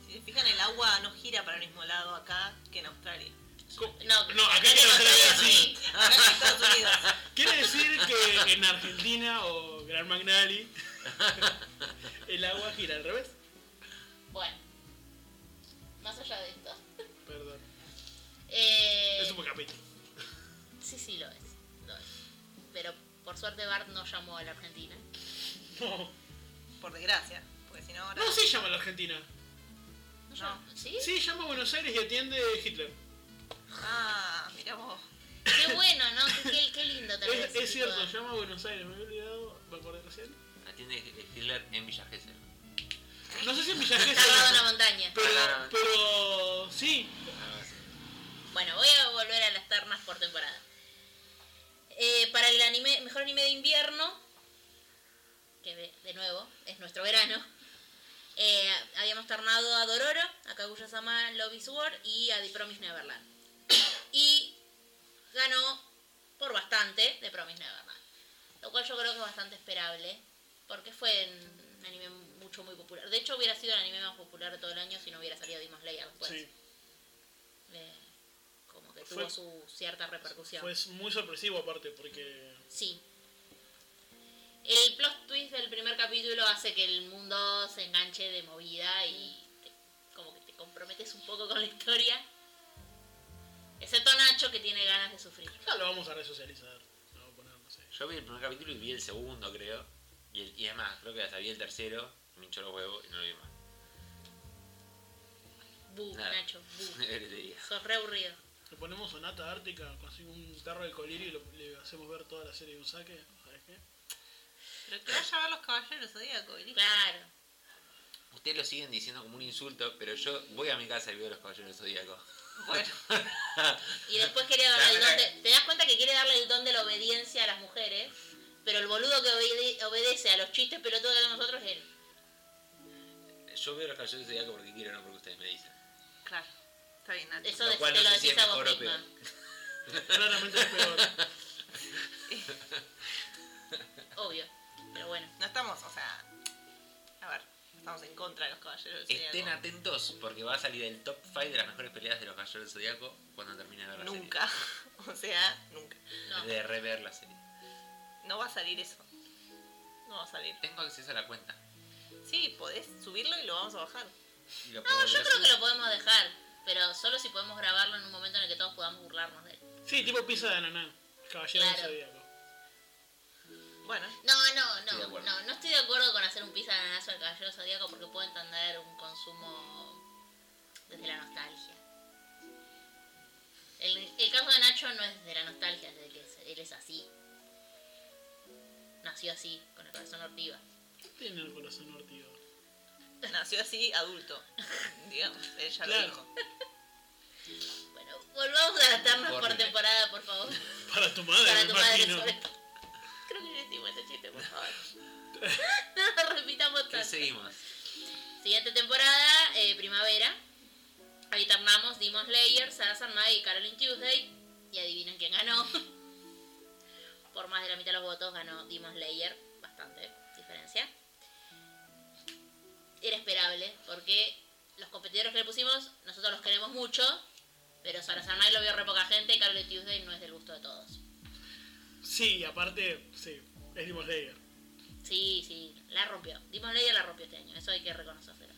Speaker 4: Si se fijan, el agua no gira para el mismo lado acá que en Australia.
Speaker 3: Co-
Speaker 2: No,
Speaker 3: No, acá que
Speaker 2: en
Speaker 3: no se la ve
Speaker 2: Australia
Speaker 3: así.
Speaker 2: sí.
Speaker 4: Acá en Estados Unidos.
Speaker 3: Quiere decir que en Argentina o Gran Magnali el agua gira al revés.
Speaker 2: Bueno, más allá de esto.
Speaker 3: Perdón.
Speaker 2: Eh,
Speaker 3: Es un buen capítulo.
Speaker 2: sí, sí, lo es, lo es. Pero por suerte Bart no llamó a la Argentina.
Speaker 3: No.
Speaker 4: Por desgracia, porque si no ahora...
Speaker 3: No se llama la Argentina.
Speaker 2: No,
Speaker 4: No.
Speaker 2: llamó, ¿Sí?
Speaker 3: Sí, llama a Buenos Aires y atiende Hitler.
Speaker 4: Ah, mirá vos.
Speaker 2: Qué bueno, ¿no? Qué, qué- qué lindo también.
Speaker 3: Es,
Speaker 2: ese
Speaker 3: es
Speaker 2: tipo
Speaker 3: cierto,
Speaker 2: de-
Speaker 3: llama a Buenos Aires. Me había olvidado, me acordé recién.
Speaker 1: Atiende Hitler en Villa Gesell.
Speaker 3: No sé si en Villa
Speaker 2: Está al lado de
Speaker 3: Gesell,
Speaker 2: una montaña.
Speaker 3: pero,
Speaker 1: Ah.
Speaker 3: pero sí.
Speaker 1: Ah, sí.
Speaker 2: Bueno, voy a volver a las ternas por temporada. Eh, para el anime, mejor anime de invierno, que de, de nuevo es nuestro verano, eh, habíamos ternado a Dororo, a Kaguya-sama Love is War y a The Promise Neverland. Y ganó por bastante The Promise Neverland. Lo cual yo creo que es bastante esperable, porque fue en- un anime mucho, muy popular. De hecho, hubiera sido el anime más popular de todo el año si no hubiera salido Demon Slayer después.
Speaker 3: Sí,
Speaker 2: Eh, como que
Speaker 3: Fue-
Speaker 2: tuvo su cierta repercusión.
Speaker 3: fue Pues muy sorpresivo aparte porque...
Speaker 2: Sí. El plot twist del primer capítulo hace que el mundo se enganche de movida y te- como que te comprometes un poco con la historia. Excepto Nacho que tiene ganas de sufrir.
Speaker 3: Ah, lo vamos a resocializar. Lo vamos a poner, no sé.
Speaker 1: Yo vi el primer capítulo y vi el segundo, creo. Y, el, y es más, creo que hasta vi el tercero, me hinchó los huevos y no lo vi más.
Speaker 2: Bu,
Speaker 1: Nada.
Speaker 2: Nacho, bu.
Speaker 1: Le diría.
Speaker 2: Sos re aburrido.
Speaker 3: Le ponemos Sonata Ártica, consigo un tarro de colirio y lo- le hacemos ver toda la serie de un saque. ¿Sabes qué?
Speaker 4: Pero que vaya a ver los caballeros zodíacos, ¿viste?
Speaker 2: Claro.
Speaker 1: Ustedes lo siguen diciendo como un insulto, pero yo voy a mi casa y veo los caballeros zodíacos.
Speaker 4: Bueno,
Speaker 2: Y después quería darle el don
Speaker 1: Dame la-
Speaker 2: de- Te das cuenta que quiere darle el don de la obediencia a las mujeres, pero el boludo que obede- obedece a los chistes pelotudos de nosotros es él.
Speaker 1: Yo veo los caballeros zodíacos porque quiero, no porque ustedes me dicen.
Speaker 4: claro. Está bien, Nacho.
Speaker 2: Eso
Speaker 1: Lo
Speaker 2: de-
Speaker 1: cual no
Speaker 2: te lo
Speaker 1: sé si
Speaker 2: decís
Speaker 1: es
Speaker 2: a vos
Speaker 1: mejor o
Speaker 2: misma.
Speaker 1: peor.
Speaker 3: Claramente es peor.
Speaker 2: obvio. Pero bueno,
Speaker 4: No estamos, o sea. A ver, estamos en contra de los caballeros del
Speaker 1: Estén
Speaker 4: Zodiaco.
Speaker 1: atentos porque va a salir el top 5 de las mejores peleas de los Caballeros del Zodiaco cuando termine de ver la
Speaker 4: Nunca. o sea, nunca.
Speaker 1: serie.
Speaker 2: no.
Speaker 1: De rever la serie.
Speaker 4: No va a salir eso. No va a salir.
Speaker 1: Tengo acceso a la cuenta.
Speaker 4: Sí, podés subirlo y lo vamos a bajar.
Speaker 1: Y lo
Speaker 2: No,
Speaker 1: puedo
Speaker 2: yo
Speaker 1: ver
Speaker 2: creo
Speaker 1: así.
Speaker 2: que lo podemos dejar. Pero solo si podemos grabarlo en un momento en el que todos podamos burlarnos de él.
Speaker 3: Sí, tipo pizza de ananá. Caballero del
Speaker 2: Claro.
Speaker 3: Zodíaco.
Speaker 4: Bueno,
Speaker 2: No, no,
Speaker 1: Estoy de
Speaker 2: no,
Speaker 1: acuerdo.
Speaker 2: no, no estoy de acuerdo con hacer un pizza de ananazo al caballero zodíaco porque puedo entender un consumo desde la nostalgia. El, el caso de Nacho no es de la nostalgia, es de que es- él es así. Nació así, con el corazón ortiva.
Speaker 3: ¿Qué tiene el corazón ortigo?
Speaker 4: nació así adulto. Digamos, ella lo
Speaker 3: Claro.
Speaker 4: dijo.
Speaker 2: Bueno, volvamos a adaptarnos por
Speaker 1: Horrible.
Speaker 2: temporada, por favor.
Speaker 3: Para tu madre,
Speaker 2: Para
Speaker 3: me
Speaker 2: tu madre
Speaker 3: imagino.
Speaker 2: sobre todo. Creo que yo hicimos ese chiste, por favor. no lo repitamos
Speaker 1: ¿Qué
Speaker 2: tanto.
Speaker 1: seguimos?
Speaker 2: Siguiente temporada, eh, primavera. Alternamos Demon Slayer, Sarah Mai y Caroline Tuesday. Y adivinen quién ganó. Por más de la mitad de los votos ganó Demon Slayer. Bastante diferencia. Era esperable, porque los competidores que le pusimos, nosotros los queremos mucho. Pero Sarah Mai lo vio re poca gente y Caroline Tuesday no es del gusto de todos.
Speaker 3: Sí, y aparte, sí, es Demon Slayer.
Speaker 2: Sí, sí, la rompió. Demon Slayer la rompió este año, eso hay que reconocerlo.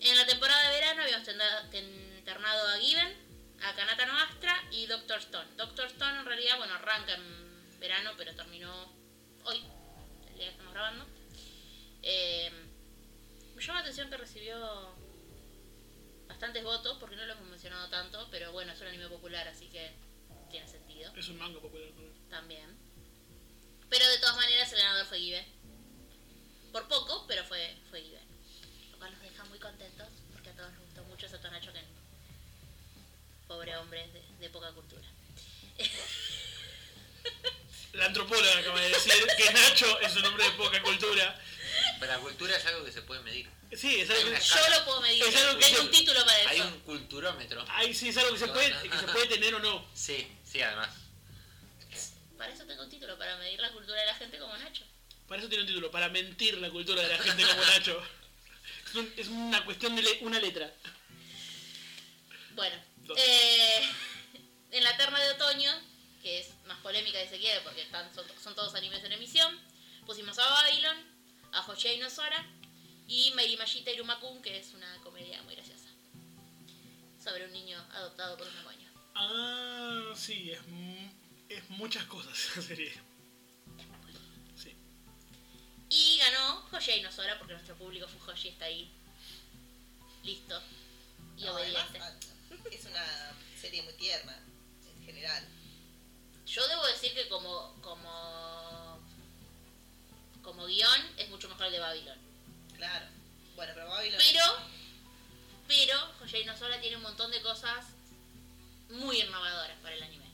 Speaker 2: En la temporada de verano habíamos tenda- ten- internado a Given, a Kanata no Astra y Doctor Stone. Doctor Stone en realidad, bueno, arranca en verano, pero terminó hoy, el día que estamos grabando. Eh, me llama la atención que recibió bastantes votos, porque no lo hemos mencionado tanto, pero bueno, es un anime popular, así que tiene sentido
Speaker 3: Es un manga popular también.
Speaker 2: también. Pero de todas maneras el ganador fue Given. Por poco, pero fue, fue Given. Lo cual nos deja muy contentos porque a todos nos gustó mucho ese Nacho que Pobre hombre de, de poca cultura.
Speaker 3: La antropóloga acaba de decir que Nacho es un hombre de poca cultura.
Speaker 1: Pero la cultura es algo que se puede medir.
Speaker 3: Sí, es
Speaker 1: Hay
Speaker 3: algo,
Speaker 1: una-
Speaker 2: Yo lo puedo medir.
Speaker 3: Es algo que
Speaker 2: Tengo
Speaker 3: yo-
Speaker 2: un título para
Speaker 1: Hay
Speaker 2: eso.
Speaker 1: un culturómetro.
Speaker 3: ahí sí, es algo que se, puede, que se puede tener o no.
Speaker 1: Sí, sí, además.
Speaker 2: Para eso tengo un título, para medir la cultura de la gente como Nacho.
Speaker 3: Para eso tiene un título, para mentir la cultura de la gente como Nacho. Es, un- es una cuestión de le- una letra.
Speaker 2: Bueno,
Speaker 3: Dos.
Speaker 2: eh, en la terna de otoño, que es más polémica si se quiere, porque están, son, son todos animes en emisión, pusimos a Babylon, a Hoshei no Sora y Mary Mashita Irumakun, que es una comedia muy graciosa sobre un niño adoptado por un demonio.
Speaker 3: Ah, sí, es, mu- es muchas cosas esa serie. Sí.
Speaker 2: Y ganó Hoshei no Sora, porque nuestro público Fujoshi está ahí, listo y
Speaker 4: No, además,
Speaker 2: obediente.
Speaker 4: ah, es una serie muy tierna, en general.
Speaker 2: Yo debo decir que como, como, como guión es mucho mejor el de Babylon.
Speaker 4: Claro. Bueno, pero Babylon.
Speaker 2: Pero, pero, Joya Inosora tiene un montón de cosas muy innovadoras para el anime.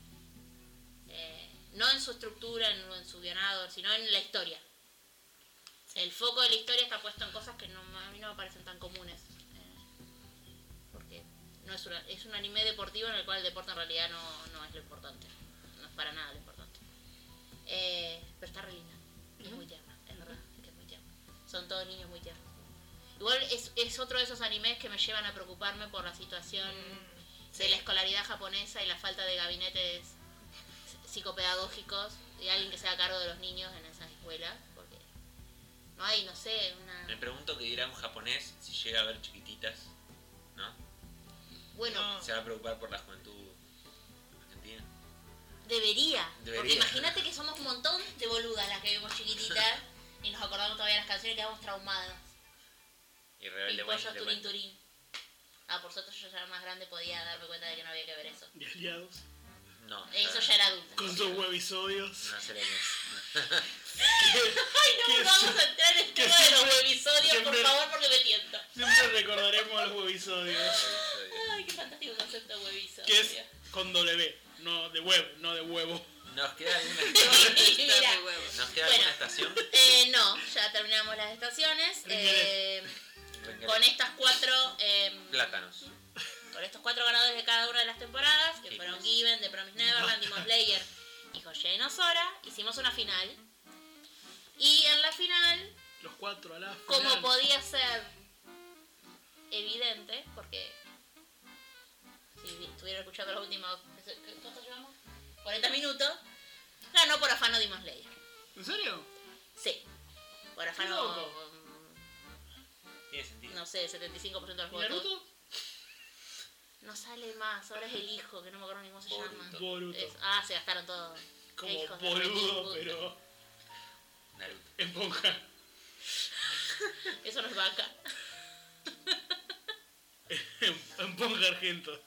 Speaker 2: Eh, no en su estructura, en, en su guionador, sino en la historia. El foco de la historia está puesto en cosas que no, a mí no me parecen tan comunes. eh, porque no es, una- es un anime deportivo en el cual el deporte en realidad no, no es lo importante. No es para nada lo importante. Eh, pero está re linda. Y es muy tierna, es verdad que es muy tierna. Son todos niños muy tiernos. Igual es, es otro de esos animes que me llevan a preocuparme por la situación
Speaker 4: Mm,
Speaker 2: de la escolaridad japonesa y la falta de gabinetes psicopedagógicos y alguien que se haga cargo de los niños en esas escuelas. Porque no hay, no sé,
Speaker 1: Me
Speaker 2: una...
Speaker 1: pregunto qué dirá un japonés si llega a ver chiquititas. ¿No?
Speaker 2: Bueno,
Speaker 4: No.
Speaker 1: Se va a preocupar por la juventud argentina.
Speaker 2: debería. Porque
Speaker 1: Debería.
Speaker 2: imagínate que somos un montón de boludas las que vimos chiquititas y nos acordamos todavía de las canciones y quedamos traumadas.
Speaker 1: Y
Speaker 2: Y
Speaker 1: rebelde bueno,
Speaker 2: pollos
Speaker 1: rebelde
Speaker 2: turín turín. Ah, por suerte yo ya era más grande podía darme cuenta de que no había que ver eso.
Speaker 3: De aliados.
Speaker 1: bueno. No.
Speaker 2: Eso ya era adulta.
Speaker 3: Con sus webisodios.
Speaker 1: No sé lo que es.
Speaker 2: Ay, no
Speaker 3: ¿Qué
Speaker 2: nos vamos
Speaker 3: sé?
Speaker 2: a entrar en el
Speaker 3: que
Speaker 2: tema de los
Speaker 3: siempre-
Speaker 2: webisodios, por
Speaker 3: siempre-
Speaker 2: favor, porque me tiento.
Speaker 3: Siempre recordaremos los webisodios.
Speaker 2: Ay, qué fantástico concepto de webisodio.
Speaker 3: Que es con W, no de web, no de huevo.
Speaker 1: Nos queda alguna,
Speaker 2: Mira,
Speaker 1: nos queda
Speaker 2: Bueno.
Speaker 1: alguna estación.
Speaker 2: eh, no, ya terminamos las estaciones. Eh, con estas cuatro... em,
Speaker 1: Plátanos.
Speaker 2: con estos cuatro ganadores de cada una de las temporadas, que
Speaker 1: Sí,
Speaker 2: fueron
Speaker 1: pues.
Speaker 2: Given, The Promised Neverland, Demon Slayer y Hosei no Sora, hicimos una final Y en la final,
Speaker 3: Los cuatro a la final.
Speaker 2: como podía ser evidente, porque si vi- estuvieron escuchando los últimos, ¿qué- qué- ¿cuánto llevamos? 40 minutos, ganó por afano Demon Slayer.
Speaker 3: ¿En serio?
Speaker 2: Sí, por
Speaker 3: loco.
Speaker 2: afano, mm,
Speaker 1: Tiene sentido.
Speaker 2: no sé, 75% de
Speaker 3: ¿Y
Speaker 2: los votos.
Speaker 3: Naruto?
Speaker 2: No sale más, ahora es el hijo, que no me acuerdo ni cómo se llama.
Speaker 1: Boruto.
Speaker 3: Boruto.
Speaker 2: Es- ah, se gastaron todo.
Speaker 3: Como
Speaker 2: Qué hijos de
Speaker 3: boludo,
Speaker 2: reputa.
Speaker 3: pero
Speaker 1: Naruto.
Speaker 3: esponja.
Speaker 2: Eso no es vaca.
Speaker 3: Esponja argento.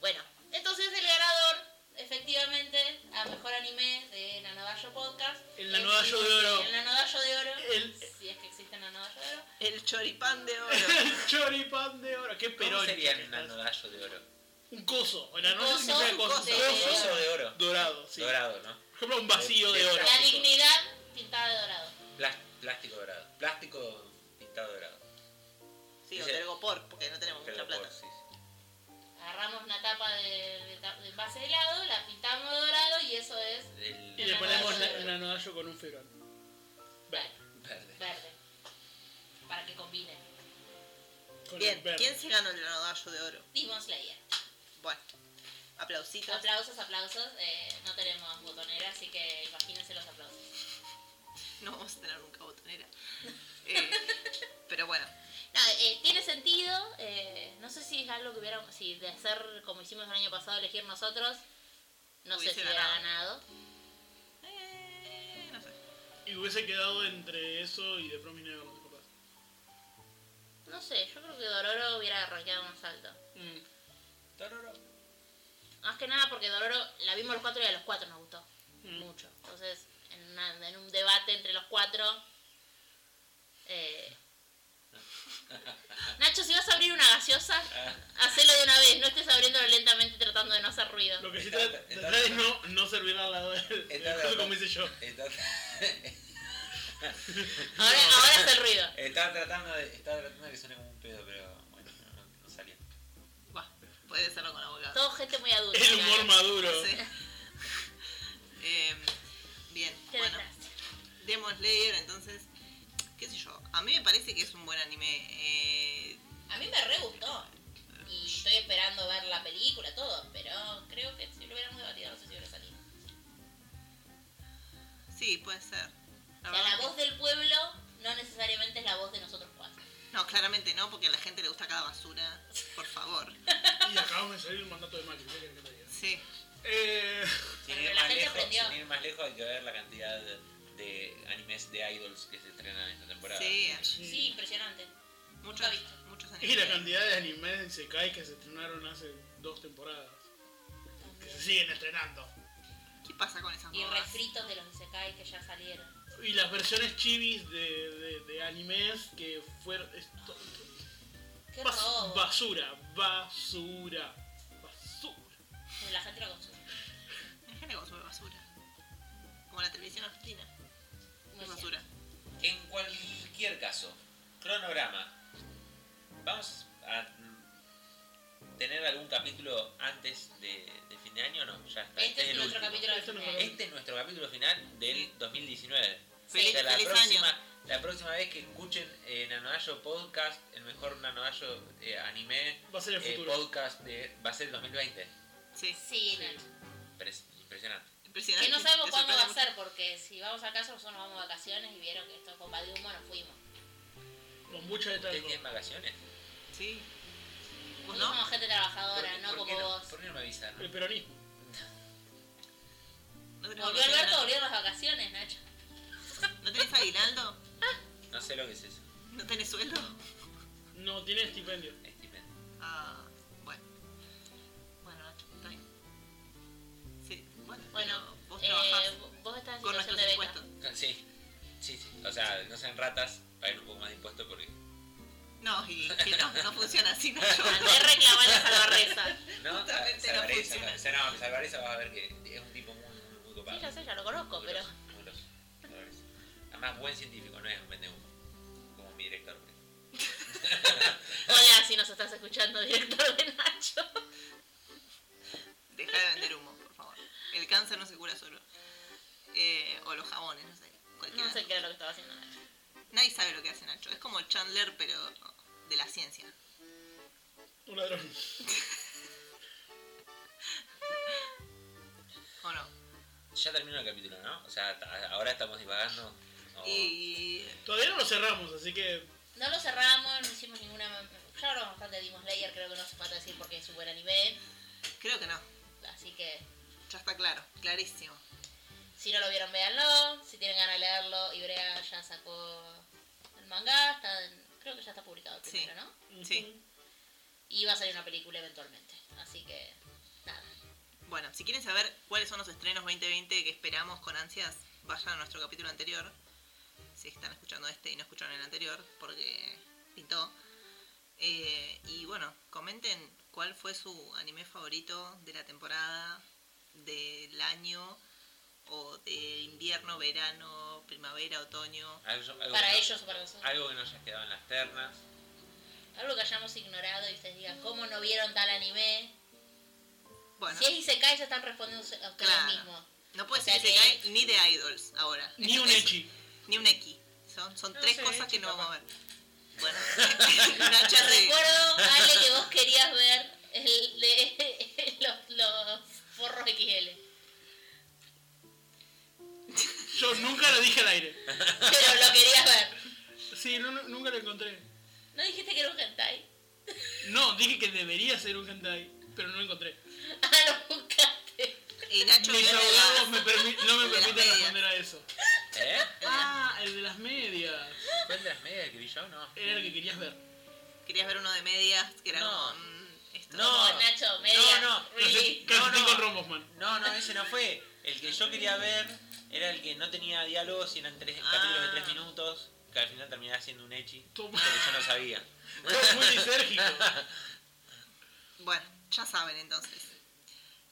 Speaker 2: Bueno, entonces el ganador, efectivamente, a mejor anime de Nanodayo Podcast.
Speaker 3: El
Speaker 2: es-
Speaker 3: Nanodayo de Oro. Eh,
Speaker 2: El Nanodayo de Oro.
Speaker 3: El-
Speaker 2: Si es que existe el Nanodayo de Oro.
Speaker 4: El choripán de oro.
Speaker 3: El choripán de oro. Qué
Speaker 1: ¿Cómo
Speaker 3: perón.
Speaker 1: sería un
Speaker 3: que estás.
Speaker 1: nanodayo de oro?
Speaker 3: Un coso. Bueno, no sé si
Speaker 2: Coso,
Speaker 3: sea
Speaker 2: un
Speaker 3: coso.
Speaker 2: coso.
Speaker 1: Un
Speaker 3: Coso
Speaker 1: coso de oro.
Speaker 3: dorado, sí.
Speaker 1: Dorado, ¿no?
Speaker 3: Por ejemplo, un vacío de
Speaker 1: De- de-
Speaker 3: oro.
Speaker 2: La
Speaker 1: Clásico.
Speaker 2: dignidad pintada de dorado.
Speaker 1: Plas- Plástico dorado. Plástico pintado dorado.
Speaker 4: Sí, o
Speaker 1: Dice-
Speaker 4: telgopor, porque no tenemos
Speaker 1: Pero
Speaker 4: mucha plata.
Speaker 1: por- sí, sí.
Speaker 2: Agarramos una tapa de, de ta- de envase de helado, la pintamos de dorado y eso es
Speaker 1: Del-
Speaker 3: Y le ponemos
Speaker 2: Nanodayo
Speaker 3: la-
Speaker 2: de
Speaker 3: el
Speaker 2: oro.
Speaker 3: nanodayo con un ferón.
Speaker 2: verde.
Speaker 1: Verde.
Speaker 2: verde. Para que combine.
Speaker 3: Con
Speaker 4: Bien,
Speaker 3: el verde.
Speaker 4: ¿quién se ganó el nanodayo de oro?
Speaker 2: Demon Slayer.
Speaker 4: Bueno, aplausitos.
Speaker 2: Aplausos, aplausos. Eh, no tenemos botonera, así que imagínense los aplausos.
Speaker 4: No vamos a tener nunca botonera. Eh, pero bueno,
Speaker 2: No, eh, tiene sentido. eh, no sé si es algo que hubiéramos. Si de hacer como hicimos el año pasado, elegir nosotros. No sé
Speaker 4: Hubiese
Speaker 2: si hubiera
Speaker 4: ganado.
Speaker 2: ganado.
Speaker 4: eh, no sé.
Speaker 3: Y hubiese quedado entre eso y de Promis Neverland, capaz.
Speaker 2: No sé, yo creo que Dororo hubiera arrancado más alto.
Speaker 3: Mm.
Speaker 1: Dororo.
Speaker 2: Más que nada porque Dororo la vimos los cuatro y a los cuatro nos gustó
Speaker 3: Mm.
Speaker 2: mucho. Entonces, en, una- en un debate entre los cuatro. eh, Nacho, si vas a abrir una gaseosa,
Speaker 1: Ah,
Speaker 2: hacelo de una vez. No estés abriéndolo lentamente tratando de no hacer ruido.
Speaker 3: Lo que sí
Speaker 1: Está-
Speaker 3: tra-
Speaker 1: está-
Speaker 3: tratar es no, no servir al lado del del
Speaker 1: Está-
Speaker 3: coso,
Speaker 1: está-
Speaker 3: como hice yo.
Speaker 1: está,
Speaker 2: Ahora, ahora hace el ruido.
Speaker 1: estaba tratando de. Estaba tratando de que suene como un pedo, pero bueno, no, no salió.
Speaker 4: Buah, puede hacerlo con la boca.
Speaker 2: Todo gente muy adulta.
Speaker 3: El humor
Speaker 2: claro.
Speaker 3: maduro.
Speaker 4: Sí. Eh, bien,
Speaker 2: Qué
Speaker 4: bueno.
Speaker 2: desgracia.
Speaker 4: Demon Slayer, entonces, qué sé yo. A mí me parece que es un buen anime. eh,
Speaker 2: A mí me re gustó. Y estoy esperando ver la película, todo. Pero creo que si lo hubiéramos debatido, no sé si hubiera salido.
Speaker 4: sí, puede ser. La
Speaker 2: O sea, la
Speaker 4: verdad que-
Speaker 2: voz del pueblo no necesariamente es la voz de nosotros cuatro.
Speaker 4: No, claramente no, porque a la gente le gusta cada basura. Por favor.
Speaker 3: Y acabamos de salir el mandato de Macri. ¿qué querés que te diga?
Speaker 4: Sí.
Speaker 3: Eh,
Speaker 1: Sin
Speaker 2: Pero
Speaker 1: ir,
Speaker 2: la
Speaker 1: más
Speaker 2: gente
Speaker 1: lejos,
Speaker 2: aprendió.
Speaker 1: sin ir más lejos, hay que ver la cantidad de, de animes de idols que se estrenan esta temporada.
Speaker 4: Sí,
Speaker 3: Mm.
Speaker 2: Sí, eh. impresionante.
Speaker 4: muchos,
Speaker 2: visto.
Speaker 4: muchos
Speaker 3: Y la
Speaker 4: animes.
Speaker 3: cantidad de animes de Isekai que se estrenaron hace dos temporadas. Que se siguen estrenando.
Speaker 4: ¿Qué pasa con esas
Speaker 2: Y
Speaker 4: modas?
Speaker 2: refritos de los Isekai que ya salieron.
Speaker 3: Y las versiones chivis de, de, de animes que fueron. es to-
Speaker 2: Qué
Speaker 3: bas-
Speaker 2: robo.
Speaker 3: basura, basura, basura.
Speaker 2: La gente lo consume.
Speaker 4: La gente consume basura. Como la televisión argentina.
Speaker 2: Muy
Speaker 4: Es
Speaker 2: cierto.
Speaker 4: basura.
Speaker 1: En cualquier caso, cronograma. Vamos a mm, tener algún capítulo antes de, de fin de año, o ¿no? Ya está.
Speaker 2: Este es
Speaker 1: el
Speaker 2: nuestro
Speaker 1: último.
Speaker 2: capítulo de
Speaker 3: Este es nuestro
Speaker 2: final.
Speaker 1: Este es nuestro capítulo final del
Speaker 4: Sí.
Speaker 1: 2019.
Speaker 2: Sí.
Speaker 1: O sea, la
Speaker 4: Feliz
Speaker 1: próxima, la próxima vez que escuchen eh, Nanodayo Podcast, el mejor Nanodayo eh, anime
Speaker 3: Va a ser el
Speaker 1: eh,
Speaker 3: futuro.
Speaker 1: podcast de- va a ser el 2020.
Speaker 4: Sí.
Speaker 2: Sí, Nacho.
Speaker 1: Impres- impresionante.
Speaker 4: Impresionante.
Speaker 2: Que no sabemos
Speaker 4: Me
Speaker 2: cuándo va a
Speaker 4: sorprende
Speaker 2: ser, porque si vamos a casa, nosotros nos vamos de vacaciones y vieron que esto con Bad Humo nos fuimos.
Speaker 3: Con mucha
Speaker 1: ¿Ustedes
Speaker 3: detalle.
Speaker 1: tienen vacaciones?
Speaker 4: mucho. Sí. ¿Vos
Speaker 2: Nosotros
Speaker 4: no?
Speaker 2: somos gente trabajadora, no
Speaker 1: qué
Speaker 2: como vos.
Speaker 1: ¿Por qué no me avisaron?
Speaker 3: El peronismo.
Speaker 4: ¿No tenés
Speaker 2: Volvió
Speaker 4: vacaciones?
Speaker 2: Alberto, volvieron las vacaciones, Nacho.
Speaker 4: ¿No tenés aguinaldo?
Speaker 1: No sé lo que es eso.
Speaker 4: ¿No tenés sueldo?
Speaker 3: No, tiene estipendio.
Speaker 1: Estimen.
Speaker 4: Ah, bueno. Bueno, Nacho, está bien. Sí, bueno.
Speaker 2: Bueno,
Speaker 4: pero vos
Speaker 2: eh,
Speaker 4: trabajás
Speaker 2: vos estás en
Speaker 4: con
Speaker 2: situación
Speaker 4: nuestros
Speaker 2: de beca.
Speaker 4: impuestos.
Speaker 1: Sí, sí, sí. O sea, no sean ratas, paguen un poco más de impuestos porque.
Speaker 4: No, y que no, no funciona así, Nacho.
Speaker 2: Andé reclamando a Salvarreza.
Speaker 1: No,
Speaker 4: Justamente no
Speaker 1: Salvareza,
Speaker 4: funciona.
Speaker 1: o sea, no, Salvareza vas a ver que es un tipo muy, muy, muy copado.
Speaker 2: Sí, lo sé, ya lo conozco,
Speaker 1: Muy
Speaker 2: pero.
Speaker 1: groso, muy groso, Salvareza. Además, buen científico, no es un pendejo. Como mi director. pues.
Speaker 2: Hola, si nos estás escuchando, director de Nacho.
Speaker 4: Deja de vender humo, por favor. El cáncer no se cura solo. eh, o los jabones, no sé. Cualquiera.
Speaker 2: No sé qué era lo que estaba haciendo Nacho.
Speaker 4: Nadie sabe lo que hace Nacho. Es como Chandler, pero de la ciencia.
Speaker 3: Un ladrón.
Speaker 4: ¿O no?
Speaker 1: Ya terminó el capítulo, ¿no? O sea, ta- ahora estamos divagando.
Speaker 2: Oh.
Speaker 1: o-
Speaker 4: Y
Speaker 3: Todavía no lo cerramos, así que
Speaker 2: No lo cerramos, no hicimos ninguna. Ya hablamos bastante de Demon Slayer, creo que no hace falta decir porque es un buen anime.
Speaker 4: creo que no.
Speaker 2: Así que
Speaker 4: Ya está claro. Clarísimo.
Speaker 2: si no lo vieron, véanlo. Si tienen ganas de leerlo, Ibrea ya sacó el manga. Está en- creo que ya está publicado el
Speaker 4: Sí.
Speaker 2: primero, ¿no?
Speaker 4: Sí.
Speaker 2: Y va a salir una película eventualmente. Así que, nada.
Speaker 4: Bueno, si quieren saber cuáles son los estrenos 2020 que esperamos con ansias, vayan a nuestro capítulo anterior. Si están escuchando este y no escucharon el anterior, porque pintó. Eh, y bueno, comenten cuál fue su anime favorito de la temporada, del año, o de invierno, verano, primavera, otoño.
Speaker 1: Algo, algo
Speaker 2: para
Speaker 1: que no-
Speaker 2: ellos o para nosotros.
Speaker 1: Algo que no haya quedado en las ternas.
Speaker 2: Algo que hayamos ignorado y ustedes digan, ¿cómo no vieron tal anime?
Speaker 4: Bueno,
Speaker 2: Si es Isekai, se están respondiendo a ustedes
Speaker 4: Claro.
Speaker 2: mismos.
Speaker 4: no puede
Speaker 2: o
Speaker 4: ser
Speaker 2: sea que-
Speaker 4: Isekai ni de idols ahora.
Speaker 3: ni un Echi.
Speaker 4: Ni un X. Son, son
Speaker 2: No
Speaker 4: tres
Speaker 2: sé,
Speaker 4: cosas que
Speaker 2: chica,
Speaker 4: no vamos a ver. Bueno,
Speaker 2: Te
Speaker 4: Nacho se-
Speaker 2: recuerdo, Ale, que vos querías ver el de los, los forros XL.
Speaker 3: Yo nunca lo dije al aire.
Speaker 2: Pero lo querías ver.
Speaker 3: Sí, no- no- nunca lo encontré.
Speaker 2: ¿No dijiste que era un hentai?
Speaker 3: No, dije que debería ser un hentai, pero no lo encontré.
Speaker 2: Ah, lo buscaste.
Speaker 4: Y Nacho
Speaker 3: Mis
Speaker 4: vio la-
Speaker 3: abogados me permi- no me
Speaker 4: de las
Speaker 3: permiten
Speaker 4: medias.
Speaker 3: responder a eso.
Speaker 1: ¿Eh?
Speaker 3: Ah, el de las medias.
Speaker 1: ¿Fue el de las medias que vi yo? No.
Speaker 3: Era el que querías ver.
Speaker 4: Querías ver uno de medias que era
Speaker 1: No.
Speaker 4: como, mm, esto.
Speaker 1: No.
Speaker 2: Nacho,
Speaker 1: No,
Speaker 2: media.
Speaker 1: no, no
Speaker 2: really.
Speaker 1: sé.
Speaker 3: Calcetín
Speaker 1: no.
Speaker 3: con rombos, man.
Speaker 1: No, no, ese no fue. El que yo quería ver era el que no tenía diálogos y eran tres
Speaker 4: Ah.
Speaker 1: capítulos de tres minutos. Que al final terminaba siendo un Echi.
Speaker 3: Tú-
Speaker 1: Pero yo no sabía.
Speaker 3: Sos muy disérgico.
Speaker 4: Bueno, ya saben entonces.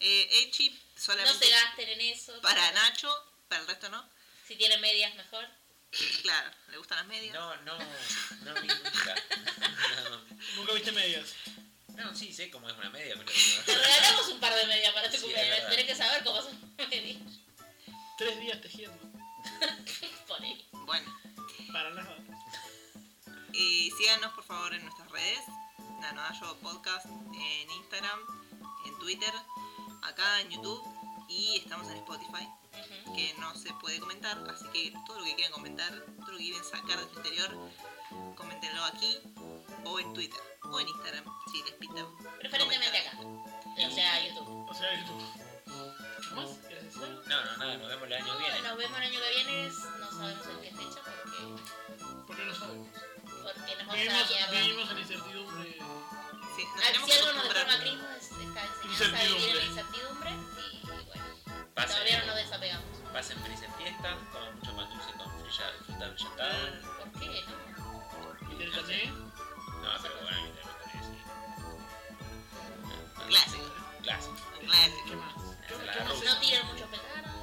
Speaker 4: Eh, Echi
Speaker 2: No
Speaker 4: solamente
Speaker 2: se gasten en eso.
Speaker 4: para Nacho, para el resto no.
Speaker 2: Si tienen medias, mejor.
Speaker 4: Claro, le gustan las medias.
Speaker 1: No, no, no vi nunca.
Speaker 3: Nunca viste medias.
Speaker 1: No, sí, sé cómo es una media, pero.
Speaker 2: Te regalamos un par de medias para tu
Speaker 1: Sí, es
Speaker 2: cumpleaños.
Speaker 1: verdad.
Speaker 2: Tenés que saber cómo son medias.
Speaker 3: Tres días tejiendo.
Speaker 2: Por ahí.
Speaker 4: Bueno,
Speaker 3: Para nada.
Speaker 4: y síganos por favor en nuestras redes. Nanodayo Podcast en Instagram, en Twitter, acá en YouTube y estamos en Spotify.
Speaker 2: Ujú.
Speaker 4: que no se puede comentar, así que todo lo que quieran comentar, todo lo que quieren sacar de su interior, coméntenlo aquí o en Twitter o en Instagram, si les pintan.
Speaker 2: Preferentemente acá. O sea, YouTube.
Speaker 3: O sea, YouTube. ¿Más? ¿Quieres decir algo?
Speaker 1: No, no, nada, nos vemos el año que
Speaker 2: No,
Speaker 1: viene.
Speaker 2: nos vemos el año que viene. No sabemos en qué fecha porque,
Speaker 3: ¿Por qué no sabemos?
Speaker 2: porque nos vamos
Speaker 3: Vivimos,
Speaker 2: a la mierda.
Speaker 3: vivimos en la incertidumbre.
Speaker 4: Sí, nos
Speaker 2: Ah,
Speaker 4: tenemos
Speaker 2: Si
Speaker 4: que
Speaker 2: algo nos dejó el
Speaker 4: acostumbrar.
Speaker 2: macrismo es esta enseñanza de vivir en la incertidumbre y, y bueno, todavía no nos
Speaker 1: Pasen,
Speaker 2: desapegamos.
Speaker 1: pasen feliz en fiesta, coman mucho pan dulce con frilla, fruta brillantada.
Speaker 2: ¿Por qué? No?
Speaker 3: ¿Y del también?
Speaker 1: No, pero bueno, ahorita no te voy a decir.
Speaker 4: Clásico,
Speaker 1: Clásico.
Speaker 4: un clásico.
Speaker 3: ¿Qué más? ¿Qué,
Speaker 1: Se la
Speaker 3: qué más
Speaker 1: rompe.
Speaker 2: No
Speaker 3: es?
Speaker 2: tiran muchos petardos.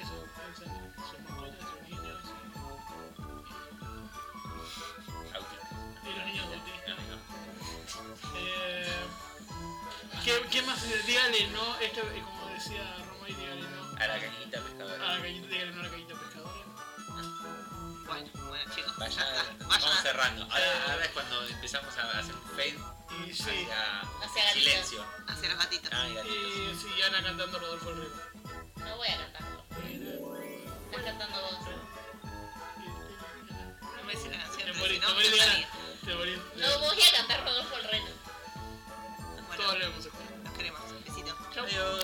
Speaker 3: Eso, piensan, son mascotas, son niños.
Speaker 1: Autistas.
Speaker 3: Y los niños autistas.
Speaker 1: No, no.
Speaker 3: Eh, ¿qué, ¿Qué más? Dígale no, esto, eh, como decía Romay, dígale no.
Speaker 1: A la cañita pescadora.
Speaker 3: A la galleta, dígale no a la galleta pescadora.
Speaker 4: Bueno, bueno chicos, ya
Speaker 1: Vayan,
Speaker 4: está.
Speaker 1: vamos
Speaker 4: Vayan,
Speaker 1: cerrando. Ahora, ahora es cuando empezamos a hacer un fade
Speaker 3: Y sí,
Speaker 1: hacia,
Speaker 2: Hacia gatitos.
Speaker 1: silencio.
Speaker 4: hacia los gatitos.
Speaker 1: Ah, y gatitos.
Speaker 3: y sí, Ana cantando Rodolfo el Rego.
Speaker 2: No voy a cantar. Estás cantando vos.
Speaker 4: No me decís la canción,
Speaker 3: Te
Speaker 4: pero si
Speaker 3: morís,
Speaker 4: no,
Speaker 3: te
Speaker 4: no
Speaker 3: morís de
Speaker 4: sabía.
Speaker 3: Ana. Te morís.
Speaker 2: No voy a cantar Rodolfo el Reno.
Speaker 4: Bueno,
Speaker 3: Todos lo hemos escuchado.
Speaker 4: nos queremos. Besitos.
Speaker 3: Chau.
Speaker 1: Adiós.